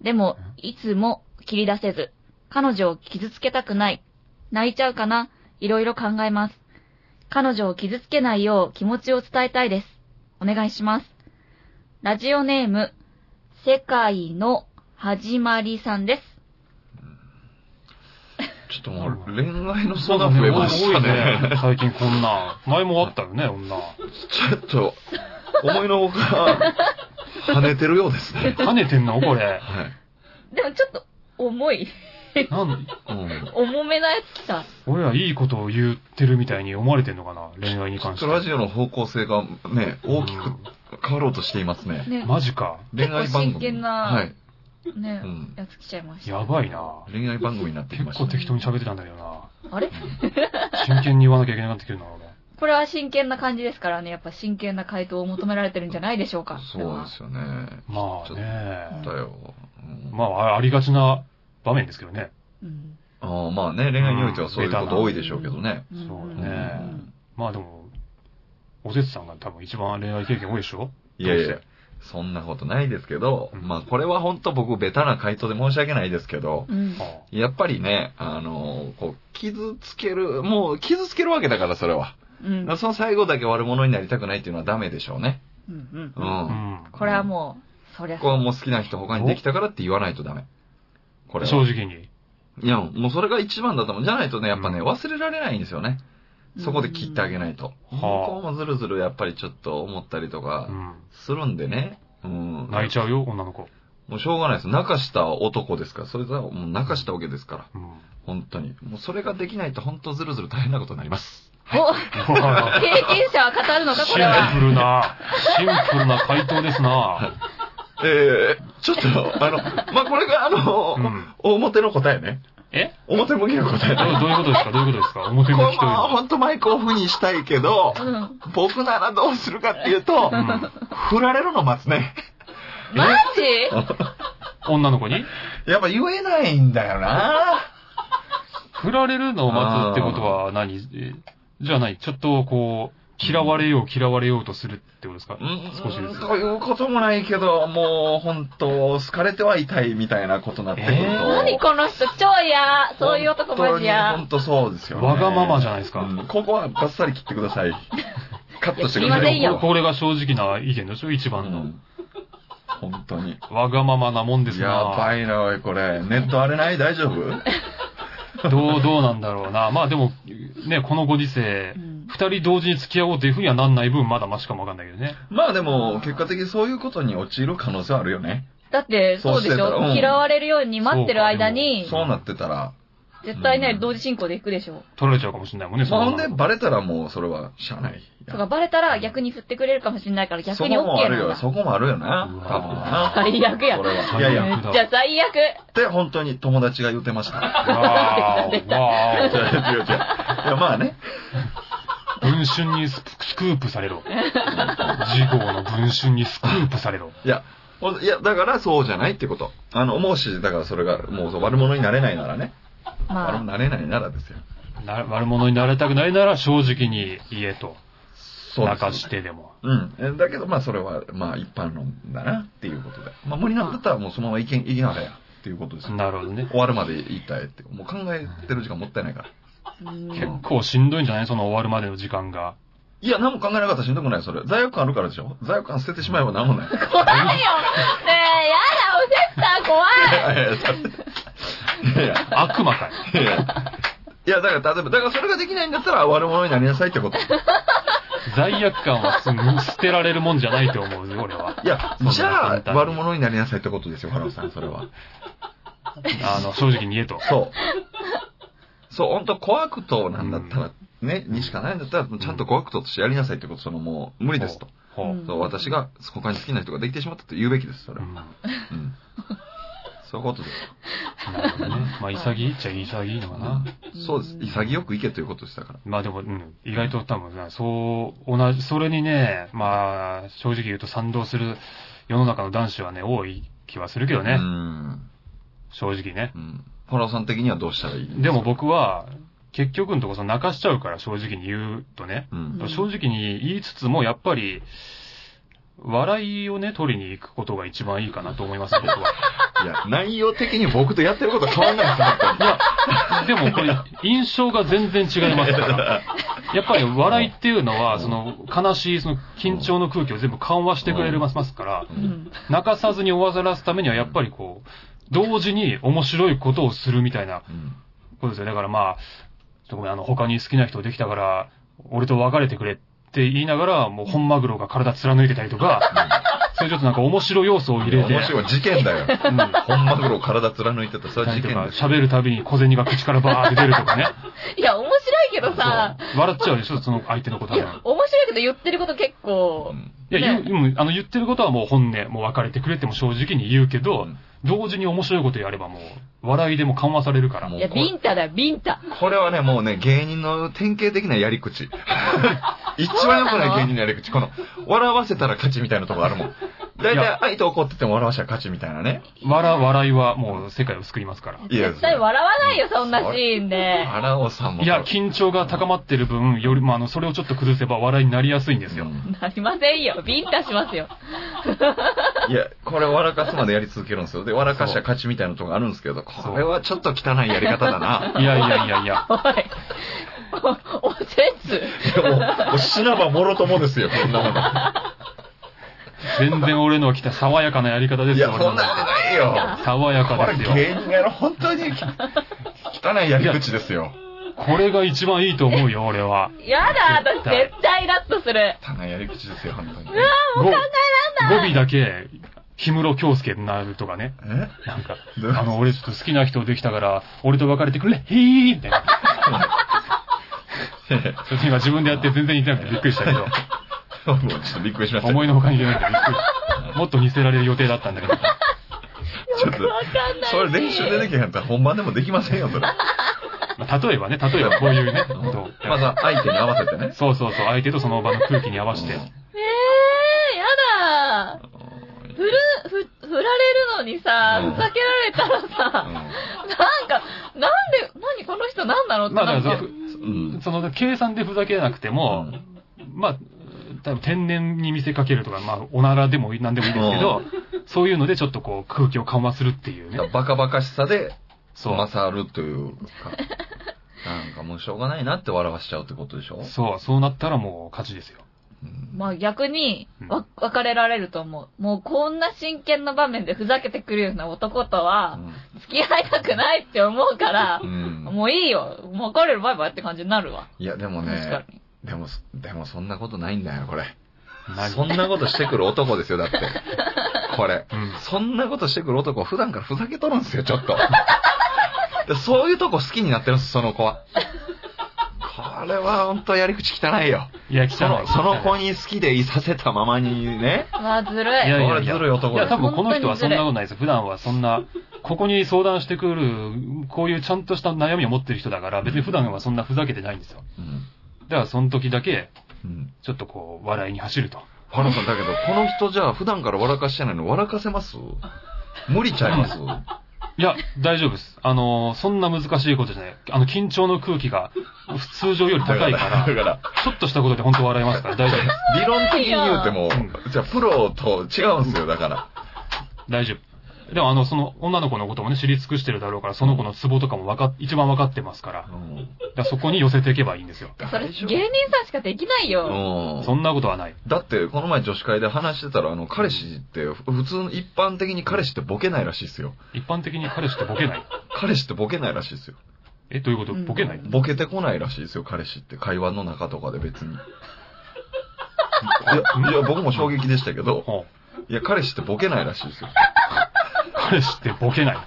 Speaker 3: でも、いつも切り出せず、彼女を傷つけたくない、泣いちゃうかな、いろいろ考えます。彼女を傷つけないよう気持ちを伝えたいです。お願いします。ラジオネーム、世界の始まりさんです。
Speaker 2: ちょっともう恋愛の相談増えまし
Speaker 1: 多
Speaker 2: た
Speaker 1: い
Speaker 2: ね。
Speaker 1: 最近こんな。前もあったよね、女。
Speaker 2: ちょっと、思いのほか、跳ねてるようですね。
Speaker 1: 跳ねてんのこれ。
Speaker 2: はい。
Speaker 3: でもちょっと、重い。
Speaker 1: なん、
Speaker 2: うん。
Speaker 3: 重めなやつ来た。
Speaker 1: 俺らいいことを言ってるみたいに思われてんのかな恋愛に
Speaker 2: ちょ
Speaker 1: 関
Speaker 2: っ
Speaker 1: して
Speaker 2: と。ラジオの方向性がね、大き
Speaker 1: う
Speaker 2: く
Speaker 1: ん
Speaker 2: 変わろうとしていますね。
Speaker 3: ね。
Speaker 1: マジか。
Speaker 2: 恋愛番組。
Speaker 3: 結構真剣な
Speaker 2: はい。
Speaker 3: ね、
Speaker 2: うん
Speaker 3: やつ来ちゃいました。
Speaker 1: やばいな。
Speaker 2: 恋愛番組になってき
Speaker 1: 結
Speaker 2: ました
Speaker 1: 構
Speaker 2: ね。
Speaker 1: 適当に喋ってたんだけどな。
Speaker 3: あれ
Speaker 1: 真剣に言わなきゃいけなくなってくるな、俺。
Speaker 3: これは真剣な感じですからね、やっぱ真剣な回答を求められてるんじゃないでしょうか。
Speaker 2: そうですよね。
Speaker 1: まあ
Speaker 2: だ
Speaker 1: ね。
Speaker 2: よ。うん
Speaker 1: まあ、ありがちな場面ですけどね。
Speaker 3: す。うん。
Speaker 2: ああまあね、恋愛においてはそういうこと多いでしょうけどね。
Speaker 3: うん
Speaker 1: そう
Speaker 2: うん
Speaker 1: ねまあでも、おせつさんが多分一番恋愛経験多いでしょ
Speaker 2: いやいや、そんなことないですけど、
Speaker 1: うん
Speaker 2: まあこれは本当僕ベタな回答で申し訳ないですけど、
Speaker 3: うん
Speaker 1: ああ
Speaker 2: やっぱりね、あのこう、傷つける、もう傷つけるわけだからそれは。
Speaker 3: うん。
Speaker 2: その最後だけ悪者になりたくないっていうのはダメでしょうね。
Speaker 3: うん
Speaker 2: う。
Speaker 3: うん。
Speaker 1: うんん。
Speaker 3: これはもう、そりゃ
Speaker 2: ここはもう好きな人他にできたからって言わないとダメ。これは
Speaker 1: 正直に。
Speaker 2: いや、もうそれが一番だと思う。じゃないとね、やっぱね、
Speaker 1: う
Speaker 2: 忘れられないんですよね。そこで切ってあげないと。
Speaker 1: うん
Speaker 2: 向こうもずるずるやっぱりちょっと思ったりと
Speaker 1: う
Speaker 2: か、
Speaker 1: ん。
Speaker 2: するんでね。うん。
Speaker 1: 泣いちゃうよ、女の子。
Speaker 2: もうしょうがないです。泣かした男ですから。それはもう泣かしたわけですから。
Speaker 1: うん。
Speaker 2: 本当に。もうそれができないと本当ずるずる大変なことになります。
Speaker 3: お経験者は語るのか、
Speaker 1: シ
Speaker 3: こ
Speaker 1: ン
Speaker 3: れは。
Speaker 1: プルな、シンプルな回答ですな。
Speaker 2: ええちょっと、あの、まあ、これがあの
Speaker 1: うん
Speaker 2: 表の答えね。
Speaker 1: え
Speaker 2: 表向きの答え
Speaker 1: どう
Speaker 2: だ。
Speaker 1: どういうことですかどういうことですか表向きというの
Speaker 2: まあ
Speaker 1: は。
Speaker 2: 本当マイクオフにしたいけど、
Speaker 3: うん。
Speaker 2: 僕ならどうするかっていうと
Speaker 1: う、ん。
Speaker 2: 振られるの待つね。
Speaker 3: マジ
Speaker 1: 女の子に
Speaker 2: やっぱ言えないんだよな。
Speaker 1: 振られるのを待つってことは何えじゃあ何ちょっとこう、嫌われよう嫌われようとするってことですか
Speaker 2: うん
Speaker 1: 少しずつ
Speaker 2: ということもないけど、もう本当、好かれてはいたいみたいなことになってくると。
Speaker 1: えー
Speaker 3: 何この人、超嫌そういう男マジ
Speaker 2: 本当に
Speaker 3: 嫌
Speaker 2: 本当そうですよ、ね。
Speaker 1: わがままじゃないですか。
Speaker 2: うんここはバッサリ切ってくだ
Speaker 3: [laughs]
Speaker 2: さい。カットしてください。
Speaker 3: いやすいませんよ
Speaker 1: これが正直な意見でしょ一
Speaker 2: う
Speaker 1: 番の。
Speaker 2: ん本当に。
Speaker 1: わがままなもんです
Speaker 2: やば
Speaker 1: が、
Speaker 2: いな、おい、これ。ネット荒れない大丈
Speaker 3: [laughs]
Speaker 2: 夫
Speaker 1: どう、どうなんだろうな。まあでも、ね、このご時世
Speaker 3: う、ん
Speaker 1: 二人同時に付き合おうというふうにはなんない分、まだマシかもわかんないけどね。
Speaker 2: まあでも、結果的にそういうことに陥る可能性はあるよね。
Speaker 3: だって、そうでし
Speaker 2: そうしてたらう
Speaker 3: ょ
Speaker 2: ん
Speaker 3: 嫌われるように待ってる間に、
Speaker 2: そうなってたら。
Speaker 3: 絶対
Speaker 2: う
Speaker 3: ね
Speaker 2: ん、
Speaker 3: 同時進行で行くでしょ。
Speaker 1: 取られちゃうかもしれないもんね、
Speaker 2: まあほん
Speaker 1: の
Speaker 2: で、バレたらもう、それは、しゃあない。
Speaker 3: とか、バレたら逆に振ってくれるかもしれないから、逆に OK
Speaker 2: そこもある
Speaker 3: なん
Speaker 2: よ、
Speaker 3: だ。
Speaker 2: そこもあるよな。
Speaker 1: うわ
Speaker 2: 多分な。
Speaker 3: 最悪や
Speaker 2: これは。い
Speaker 1: 最
Speaker 2: や
Speaker 1: 悪
Speaker 2: いや、
Speaker 3: め
Speaker 2: っ
Speaker 3: っちゃ最悪。
Speaker 2: て本当に友達が言ってま
Speaker 3: [laughs]
Speaker 2: した。
Speaker 1: わ
Speaker 3: 出
Speaker 1: ーお、
Speaker 3: た
Speaker 2: 違う違
Speaker 1: わ
Speaker 2: う違う。いや、まあね。
Speaker 1: ーお。文春にススクープされろ。事後の文春にスクープされろ。
Speaker 2: いや、ほんいや、だからそうじゃないってこと。あの、思うし、だからそれが、もうそう悪者になれないならね。悪者
Speaker 3: ま
Speaker 2: になれないならですよ。
Speaker 1: な悪者になれたくないなら正直に言えと。
Speaker 2: そう
Speaker 1: 泣か
Speaker 2: で
Speaker 1: し
Speaker 2: す。
Speaker 1: てでも。
Speaker 2: うん。えだけど、まあ、それは、まあ、一般論だな、っていうことで。まあ、無理なんだったら、もうそのままいけん、いきなさいや、っていうことですよ。
Speaker 1: なるほどね。
Speaker 2: 終わるまで言いたいって。もう考えてる時間もったいないから。
Speaker 3: あ、うん
Speaker 1: 結構しんどいんじゃないその終わるまでの時間が。
Speaker 2: いや、何も考えなかったらしんどくない、それ。罪悪感あるからでしょ罪悪感捨ててしまえば何もない。 [laughs]
Speaker 3: 怖いよねえ、やだ、おせっさん怖
Speaker 2: い
Speaker 3: い
Speaker 2: やいやいやそれいやいや
Speaker 1: 悪魔かい。
Speaker 2: いやいや。いや、だから、例えば、だからそれができないんだったら悪者になりなさいってこと。
Speaker 1: 罪悪感はす捨てられるもんじゃないと思うよ、俺は。
Speaker 2: いや
Speaker 1: そん、な
Speaker 2: じゃ
Speaker 1: 簡
Speaker 2: あ、
Speaker 1: 単に
Speaker 2: 悪者になりなさいってことですよ、原田さん、それは。
Speaker 1: あの、正直に言えと。
Speaker 2: そう。そう、本当怖くとなんだったら、ね、にしかないんだったら、ちゃんと怖くととしてやりなさいってこと、そのもう、無理ですと。
Speaker 1: ほう。ほう
Speaker 3: うん
Speaker 2: そう、私が、他に好きな人ができてしまったと言うべきです、それ
Speaker 1: う
Speaker 2: は。
Speaker 1: ん
Speaker 2: うん。そういうことですよ。
Speaker 1: なるほどね。まあ、潔いっちゃ潔いのかな。
Speaker 3: うん
Speaker 2: そうです。潔くいけということでしたから。
Speaker 1: まあでも、うん、意外と多分な、そう、同じ、それにね、まあ、正直言うと賛同する世の中の男子はね、多い気はするけどね、
Speaker 2: うん。
Speaker 1: 正直ね。
Speaker 2: うん。原田さん的にはどうしたらいい
Speaker 1: でも、僕は、結局のところその泣かしちゃうから正直に言うとね、
Speaker 2: うん。
Speaker 3: うん
Speaker 1: 正直に言いつつも、やっぱり、笑いをね、取りに行くことが一番いいかなと思います、僕
Speaker 2: [laughs]
Speaker 1: は。
Speaker 2: いや、内容的に僕とやってること変わんな
Speaker 1: [laughs]
Speaker 2: いですよ本当に、
Speaker 1: でもこれ、印象が全然違いますから。やっぱり笑いっていうのは、その、悲しい、その、緊張の空気を全部緩和してくれますから、
Speaker 3: うん
Speaker 1: 泣かさずに終わらすためには、やっぱりこう、同時に面白いことをするみたいな
Speaker 2: うん。
Speaker 1: ことですよ。だからまあ、ちょっとごめんあの、他に好きな人できたから、俺と別れてくれって言いながら、もう本マグロが体貫いてたりとか、そういうちょっとなんか面白い要素を入れて、
Speaker 2: 面白い事件だよ。
Speaker 1: うん
Speaker 2: [laughs] 本マグロ体貫いてた、それは
Speaker 1: たりと
Speaker 2: 事件
Speaker 1: か
Speaker 2: です。
Speaker 1: 喋るたびに小銭が口からバーって出るとかね。
Speaker 3: いや、面白いけどさ、
Speaker 1: そう笑っちゃうでしょ、その相手のこと
Speaker 3: い
Speaker 1: は。い
Speaker 3: や、面白いけど言ってること結構
Speaker 2: う、ん
Speaker 1: や、
Speaker 3: ね
Speaker 1: 言ううんあの言ってることはもう本音、もう別れてくれっても正直に言うけど、同時に面白いことやればもう、笑いでも緩和されるから。
Speaker 2: もう
Speaker 3: いや、ビンタだよ、ビンタ。
Speaker 2: これはね、もうね、芸人の典型的なやり口。 [laughs] 一番良くない芸人のやり口。この、笑わせたら勝ちみたいなとこあるもん。だい
Speaker 1: い
Speaker 2: たい
Speaker 1: や
Speaker 2: 相手怒ってても笑わせたら勝ちみたいなね。
Speaker 1: 笑、笑いはもう世界を救いますから。
Speaker 2: いや
Speaker 3: 絶対笑わないよ、そんなシーンで。
Speaker 2: 原尾さんも。
Speaker 1: いや、緊張が高まってる分、より、まあ、あの、それをちょっと崩せば笑いになりやすいんです
Speaker 2: う
Speaker 1: よ。
Speaker 2: ん
Speaker 3: なりませんよ。ビンタしますよ。
Speaker 2: いや、これ笑かすまでやり続けるんですよ。で、笑かしたら勝ちみたいなとこあるんですけど、これはちょっと汚いやり方だな。 [laughs]
Speaker 1: いやいやいやいや。
Speaker 3: おい。お、おせつ。
Speaker 2: でも、もう死なばもろともですよ、こんなもの。
Speaker 1: 全然俺のは来た爽やかなやり方です
Speaker 2: いや、
Speaker 1: よ、俺
Speaker 2: そ
Speaker 1: の
Speaker 2: んなことないよ。
Speaker 1: 爽や
Speaker 2: こ
Speaker 1: か
Speaker 2: れ
Speaker 1: ですよ。
Speaker 2: 芸人がやる本当にき汚いやり口ですよ。
Speaker 1: これが一番いいと思うよ、俺は。
Speaker 3: やだ、私絶対イラッとする。
Speaker 2: 汚いやり口ですよ、本当に。
Speaker 1: ご語尾だけ、氷室京介になるとかね。
Speaker 2: え
Speaker 1: なんか、
Speaker 2: どう
Speaker 1: あの、俺ちょっと好きな人できたから、俺と別れて [laughs] くれ、へー
Speaker 2: [laughs]
Speaker 1: みたいな。ちょっと今自分でやって全然似てなくてびっくりしたけど、
Speaker 2: もうちょっとびっくりしました。 [laughs]
Speaker 1: 思いのほかに似てなくてびっくり。もっと似せられる予定だったんだけど。
Speaker 2: ょっと、
Speaker 3: わかんないし。
Speaker 2: それ練習でできへんやったら本番でもできませんよ、それ。
Speaker 1: まあ例えばね、例えばこういうね、
Speaker 2: うん
Speaker 1: どう
Speaker 2: まあさ、相手に合わせてね。
Speaker 1: そうそうそう、相手とその場の空気に合わせて
Speaker 2: うん。
Speaker 3: ええやだ振る、ふ、振られるのにさ、
Speaker 2: うん
Speaker 3: ふざけられたらさ、なんか、なんで、何この人なんだろうって
Speaker 1: まあ
Speaker 3: な
Speaker 1: だ
Speaker 3: ん
Speaker 1: か、
Speaker 3: から
Speaker 1: ふ
Speaker 3: う
Speaker 2: うん。
Speaker 1: その計算でふざけなくても、まあ、多分天然に見せかけるとか、まあ、おならでもいい何でもいいですけど、そういうのでちょっとこう空気を緩和するっていうね。
Speaker 2: バカバカしさで、
Speaker 1: そう。
Speaker 2: 勝るというか。なんかもうしょうがないなって笑わしちゃうってことでしょ
Speaker 1: そう、そうなったらもう勝ちですよ。
Speaker 2: うん
Speaker 3: まあ逆に
Speaker 1: う、ん
Speaker 3: わ、別れられると思う。もうこんな真剣な場面でふざけてくるような男とは、付き合いたくないって思うから
Speaker 2: う、ん。
Speaker 3: もういいよ。もう別れるバイバイって感じになるわ。
Speaker 2: いや、でも
Speaker 3: 確か
Speaker 2: ね、
Speaker 3: に。
Speaker 2: でも、でもそんなことないんだよ、これ。
Speaker 1: 何
Speaker 2: そんなことしてくる男ですよ、だ
Speaker 1: [laughs]
Speaker 2: って。これ。
Speaker 1: うん。
Speaker 2: そんなことしてくる男は普段からふざけとるんですよ、ちょっ
Speaker 1: [laughs]
Speaker 2: と。でそういうとこ好きになってるんです、その子は。これは本当やり口汚いよ。
Speaker 1: いや、汚い。
Speaker 2: その、その
Speaker 1: 汚
Speaker 2: 子
Speaker 1: い
Speaker 2: に好きでいさせたままにね。
Speaker 3: まあずる
Speaker 1: い
Speaker 3: い。
Speaker 1: やいや
Speaker 2: これずるい男
Speaker 1: いや、
Speaker 2: だ
Speaker 1: 多
Speaker 2: よ。
Speaker 1: 分この人はそんなことないです。普段はそんな、ここに相談してくる、こういうちゃんとした悩みを持ってる人だから、別に普段はそんなふざけてないんですよ。
Speaker 2: うん。
Speaker 1: だからその時だけ、
Speaker 2: うん。
Speaker 1: ちょっとこう、笑いに走ると。
Speaker 2: ファラさん、だけど、この人じゃあ普段から笑かしてないの笑かせます無理ちゃいます
Speaker 1: いや、大丈夫です。あのー、そんな難しいことじゃない。あの、緊張の空気が、普通上より高いから、
Speaker 2: だから、
Speaker 1: ちょっとしたことで本当笑いますから、大丈夫です。
Speaker 2: 理論的に言うても、じゃあプロと違うんですよ、だから。
Speaker 1: 大丈夫。でもあの、その女の子のこともね、知り尽くしてるだろうから、その子のツボとかもわか、一番わかってますから、だからそこに寄せていけばいいんですよ。
Speaker 3: それ、芸人さんしかできないうよ。
Speaker 2: ん。
Speaker 1: そんなことはない。
Speaker 2: だって、この前女子会で話してたら、あの、彼氏って、ふ普通、一般的に彼氏ってボケないらしいですよ。
Speaker 1: 一般的に彼氏ってボケない。
Speaker 2: 彼氏ってボケないらしいですよ。
Speaker 1: え、どういうこと
Speaker 3: うん
Speaker 1: ボケない
Speaker 2: ボケてこないらしいですよ、彼氏って。会話の中とかで別に。いや、いや僕も衝撃でしたけど、
Speaker 1: ほう
Speaker 2: いや、彼氏ってボケないらしいですよ。
Speaker 1: 彼氏ってボケない。
Speaker 2: はい。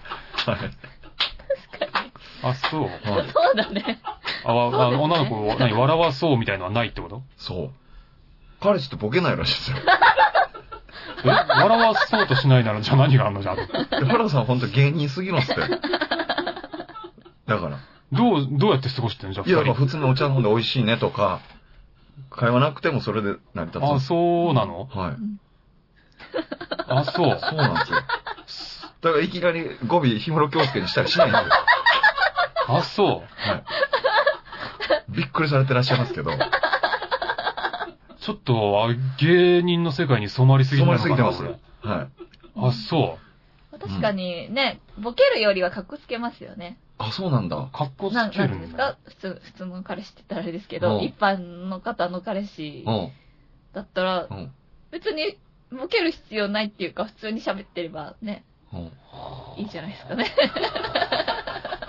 Speaker 1: あ、そう。
Speaker 2: はい、
Speaker 3: そうだね。
Speaker 1: あ、わわ
Speaker 3: そうですね
Speaker 1: 女の子を何笑わそうみたいのはないってこと
Speaker 2: そう。彼氏ってボケないらしいですよ。
Speaker 1: え笑わそうとしないなら、じゃあ何があんのじゃあ。
Speaker 2: で原田さん本当芸人すぎるんすって。だから。
Speaker 1: どう、どうやって過ごしてんのじゃあ、
Speaker 2: いや、だ
Speaker 1: 二
Speaker 2: か
Speaker 1: 人。
Speaker 2: ら普通のお茶飲んで美味しいねとか、会話なくてもそれで成り立つん
Speaker 1: あ、
Speaker 2: です
Speaker 1: そうなの
Speaker 2: はい。
Speaker 1: あ、そう。
Speaker 2: そうなんですよ。だからいきなり語尾、氷室京介にしたりしないんですよ。
Speaker 1: あ、そう。
Speaker 2: はい。びっくりされてらっしゃいますけど、
Speaker 1: ちょっと、あ芸人の世界に染まりすぎ
Speaker 2: 染
Speaker 1: てる
Speaker 2: まり
Speaker 1: の
Speaker 2: す
Speaker 1: か
Speaker 2: ぎ
Speaker 1: な
Speaker 2: てます。
Speaker 1: こ
Speaker 2: はい
Speaker 1: れ。あ、そ
Speaker 3: 確かにね、ボケるよりはかっこつけますよね。
Speaker 2: あ、そうなんだ
Speaker 1: う。。格好
Speaker 3: な
Speaker 1: つ
Speaker 3: ん
Speaker 1: け
Speaker 3: な
Speaker 1: る
Speaker 3: んです
Speaker 1: んだ
Speaker 3: か。普通、普通の彼氏って言ったらあれですけ
Speaker 2: う
Speaker 3: ど、
Speaker 2: ん
Speaker 3: 一般の方の彼氏
Speaker 2: うん。
Speaker 3: だったら
Speaker 2: う、ん。
Speaker 3: 別にボケる必要ないっていうか、普通に喋ってればね、
Speaker 2: うん。
Speaker 3: いいじゃないですかね。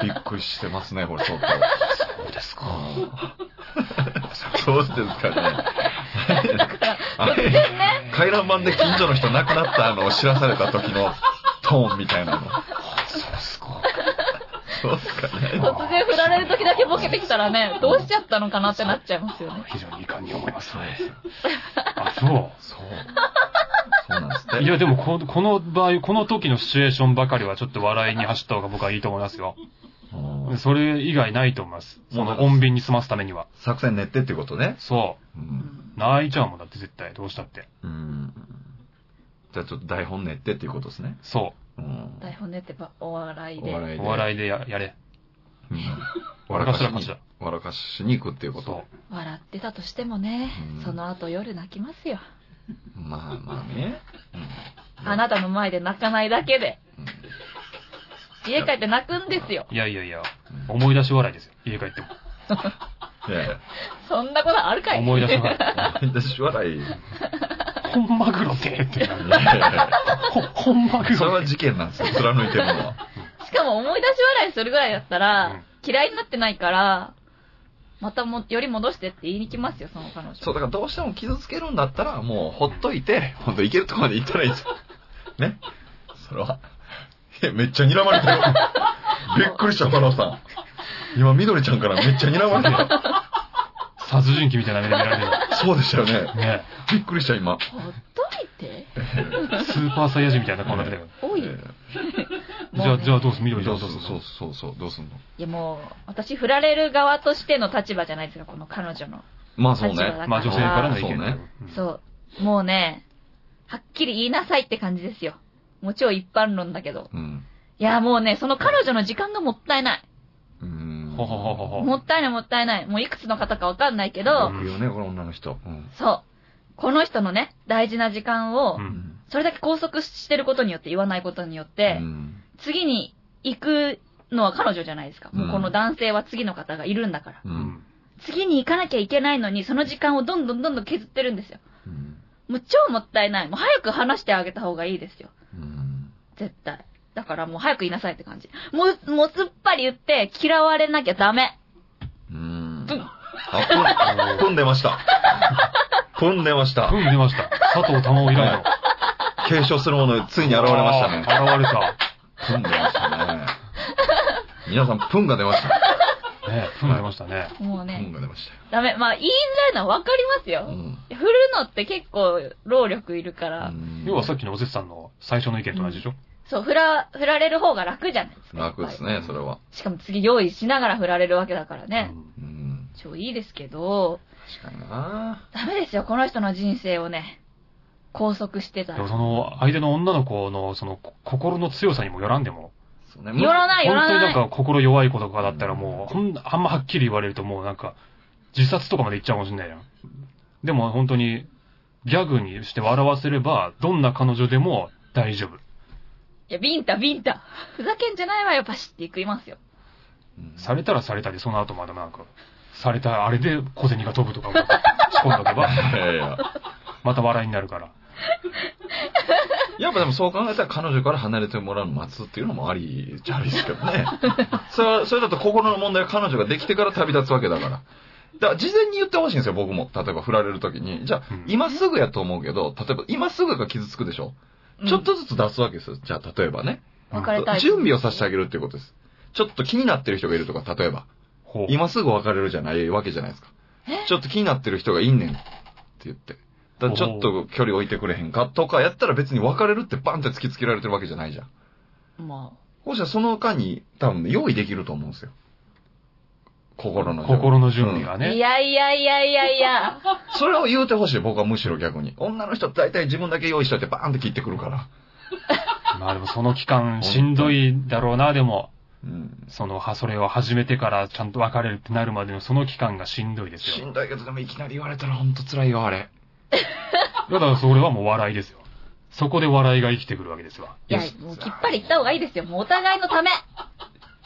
Speaker 2: びっくりしてますね、これ、相当。
Speaker 1: そうですか。
Speaker 2: あーそうですかね。あれ回覧板で近所の人亡くなったあの知らされた時のトーンみたいなの。
Speaker 1: そうですか。
Speaker 2: そうっすかね。
Speaker 3: 突然振られる時だけボケてきたらね、どうしちゃったのかなってなっちゃいますよね。
Speaker 1: 非常に遺憾に思いますね。あ、そう。
Speaker 2: そう。そうなんですね。
Speaker 1: いや、でもこ、この場合、この時のシチュエーションばかりはちょっと笑いに走った方が僕はいいと思いますよ。
Speaker 2: うん
Speaker 1: それ以外ないと思います。その、穏便に済ますためには。
Speaker 2: 作戦練ってってことね。
Speaker 1: そ
Speaker 2: うん。
Speaker 1: う。泣いちゃうもんだって絶対、どうしたって。
Speaker 2: うんじゃあちょっと台本練ってっていうことですね。
Speaker 1: そ
Speaker 2: うん
Speaker 3: 台本ねってば、お笑い
Speaker 2: お
Speaker 3: で。
Speaker 2: 笑い
Speaker 1: う。
Speaker 2: で。
Speaker 1: お笑いでややれ。
Speaker 2: うん。
Speaker 1: 笑かしら勝ちだ
Speaker 2: に。笑かしに行くっていうこ
Speaker 1: そ
Speaker 2: と。
Speaker 3: 笑ってたとしてもね
Speaker 2: うん、
Speaker 3: その後夜泣きますよ。
Speaker 2: まあまあね。
Speaker 3: あなたの前で泣かないだけで。
Speaker 2: うん
Speaker 3: 家帰って泣くんですよ。
Speaker 1: う。いやいやいや、思い出し笑いですよ。家帰っても。
Speaker 2: いやいや
Speaker 3: そんなことあるかい
Speaker 1: 思い出し笑い。
Speaker 2: 私笑い。い [laughs]
Speaker 1: 本マグロってってなる。
Speaker 2: やいやいや
Speaker 1: ほ、本マグ
Speaker 2: それ
Speaker 1: ロ
Speaker 2: は事件なんですよ。貫いてるのは。
Speaker 3: しかも思い出し笑いするぐらいだったら、
Speaker 1: うん
Speaker 3: 嫌いになってないから、またも、より戻してって言いに来ますよ、その彼女。
Speaker 2: そう、だからどうしても傷つけるんだったら、もうほっといて、ほんといけるところまで行ったらいいですよ。ね。それは。えめっちゃ睨まれてる。びっくりした、ファラオさん。今、みどりちゃんからめっちゃ睨まれてる。
Speaker 1: 殺人鬼みたいな目で見られる。
Speaker 2: そうでしたよね。
Speaker 1: ね
Speaker 2: びっくりした、今。
Speaker 3: ほっといて。
Speaker 1: スーパーサイヤ人みたいな顔になってたよ。
Speaker 3: 多いよ。
Speaker 1: じゃ
Speaker 3: もう
Speaker 1: あ、
Speaker 3: ね
Speaker 1: じゃあどうする緑ち
Speaker 2: ど
Speaker 1: ゃ
Speaker 2: うんす
Speaker 1: どう
Speaker 2: る
Speaker 1: する
Speaker 2: そうそうそう、どうすんの
Speaker 3: いやもう、私、振られる側としての立場じゃないですか、この彼女の。
Speaker 2: まあそう
Speaker 3: 立場だか
Speaker 2: ね
Speaker 3: ら。
Speaker 1: まあ女性からの意見
Speaker 2: そうね。
Speaker 1: うん
Speaker 3: そう。もうね、はっきり言いなさいって感じですよ。もちろん一般論だけど。
Speaker 2: うん。
Speaker 3: いや、もうね、その彼女の時間がもったいない。
Speaker 2: うん。
Speaker 1: ほほほほほ
Speaker 3: もったいないもったいない。もういくつの方かわかんないけど、
Speaker 1: ん
Speaker 2: よね、この女の人。うん。
Speaker 3: そう。この人のね、大事な時間を
Speaker 1: う、ん
Speaker 3: それだけ拘束してることによって言わないことによって、
Speaker 2: うん
Speaker 3: 次に行くのは彼女じゃないですか。もうこの男性は次の方がいるんだから。
Speaker 2: う。
Speaker 1: うんん
Speaker 3: 次に行かなきゃいけないのに、その時間をどんどんどんどん削ってるんですよ。
Speaker 2: うん
Speaker 3: もう超もったいない。もう早く話してあげた方がいいですよ。
Speaker 2: うん。
Speaker 3: 絶対。だからもう早く言いなさいって感じ。もう、もうすっぱり言って嫌われなきゃダメ。
Speaker 2: うん
Speaker 3: ぶん
Speaker 2: あ、プン、プン出ました。プン出ました
Speaker 1: うん。。出ました。佐藤珠緒以来の。
Speaker 2: 継承するもの、ついに現れましたね。
Speaker 1: あー現れた。
Speaker 2: プン出ましたね。皆さん、プンが出ました。 [laughs]
Speaker 1: ねえ、ふん出ましたね。
Speaker 3: もう
Speaker 2: プン
Speaker 3: ね、
Speaker 2: が出ました
Speaker 3: ダメ。まあ言いづらいのはわかります
Speaker 2: よ。う
Speaker 3: よ。
Speaker 2: ん
Speaker 3: 振るのって結構労力いるから、
Speaker 2: うん
Speaker 1: 要はさっきのおせつさんの最初の意見と同じでしょ
Speaker 3: そう、振ら、振られる方が楽じゃないですか。
Speaker 2: 楽ですね、それは。
Speaker 3: しかも次用意しながら振られるわけだから
Speaker 1: うん
Speaker 3: ね。
Speaker 2: うん。
Speaker 3: 超いいですけど、
Speaker 2: 確かにな
Speaker 3: ダメですよ、この人の人生をね、拘束してた
Speaker 1: でも
Speaker 3: ら。
Speaker 1: その、相手の女の子の、その、こ心の強さにもよらんでも、
Speaker 2: そうね
Speaker 3: 寄らない、寄
Speaker 1: 本
Speaker 3: ら
Speaker 1: 当になん
Speaker 3: な
Speaker 1: か
Speaker 3: い。
Speaker 1: 心弱い子とかだったらもう、こんな、あんまはっきり言われるともうなんか、自殺とかまで行っちゃうかもしれないじゃん。でも本当に、ギャグにして笑わせれば、どんな彼女でも大丈夫。
Speaker 3: いや、ビンタ、ビンタ。ふざけんじゃないわよ、パシって食いますよ。
Speaker 2: うん
Speaker 1: されたらされたで、その後までもなんか、されたあれで小銭が飛ぶとかも、仕込んどけば、
Speaker 2: いやいや。
Speaker 1: また笑いになるから。
Speaker 2: [laughs] やっぱでもそう考えたら彼女から離れてもらうの待つっていうのもありじゃありですけど
Speaker 3: [laughs]
Speaker 2: ね。それはそれだと心の問題は彼女ができてから旅立つわけだから。だから事前に言ってほしいんですよ、僕も。例えば振られるときに。じゃあ
Speaker 1: うん、
Speaker 2: 今すぐやと思うけど、例えば今すぐが傷つくでしょ、
Speaker 3: うん
Speaker 2: ちょっ、とずつ出すわけですよ。じゃあ、例えばね。
Speaker 3: 別れたい。
Speaker 2: 準備をさせてあげるっていうことです。ちょっと気になってる人がいるとか、例えば。
Speaker 1: ほう。
Speaker 2: 今すぐ別れるじゃないわけじゃないですか
Speaker 3: え。
Speaker 2: ちょっと気になってる人がいんねんって言って。だからちょっと距離置いてくれへんかとかやったら別に別れるってバンって突きつけられてるわけじゃないじゃん。
Speaker 3: ま
Speaker 2: こうしたらその間に多分ね、用意できると思うんですよ。心の準備。
Speaker 1: 心の準備が
Speaker 3: あ。
Speaker 1: ね。
Speaker 3: いやいやいやいや
Speaker 2: [laughs]
Speaker 3: いや。
Speaker 2: うんそれを言うてほしい、僕はむしろ逆に。女の人って大体自分だけ用意しといてバーンって切ってくるから。
Speaker 1: まあでもその期間しんどいだろうな、でも、
Speaker 2: うん。
Speaker 1: その、は、それを始めてからちゃんと別れるってなるまでのその期間がしんどいです
Speaker 2: し
Speaker 1: よ。
Speaker 2: んどいけどでもいきなり言われたらほんと辛いよ、あれ。
Speaker 1: だからそれはもう笑いですよ。そこで笑いが生きてくるわけですわ。
Speaker 3: いや、もうきっぱり言った方がいいですよ。もうお互いのため。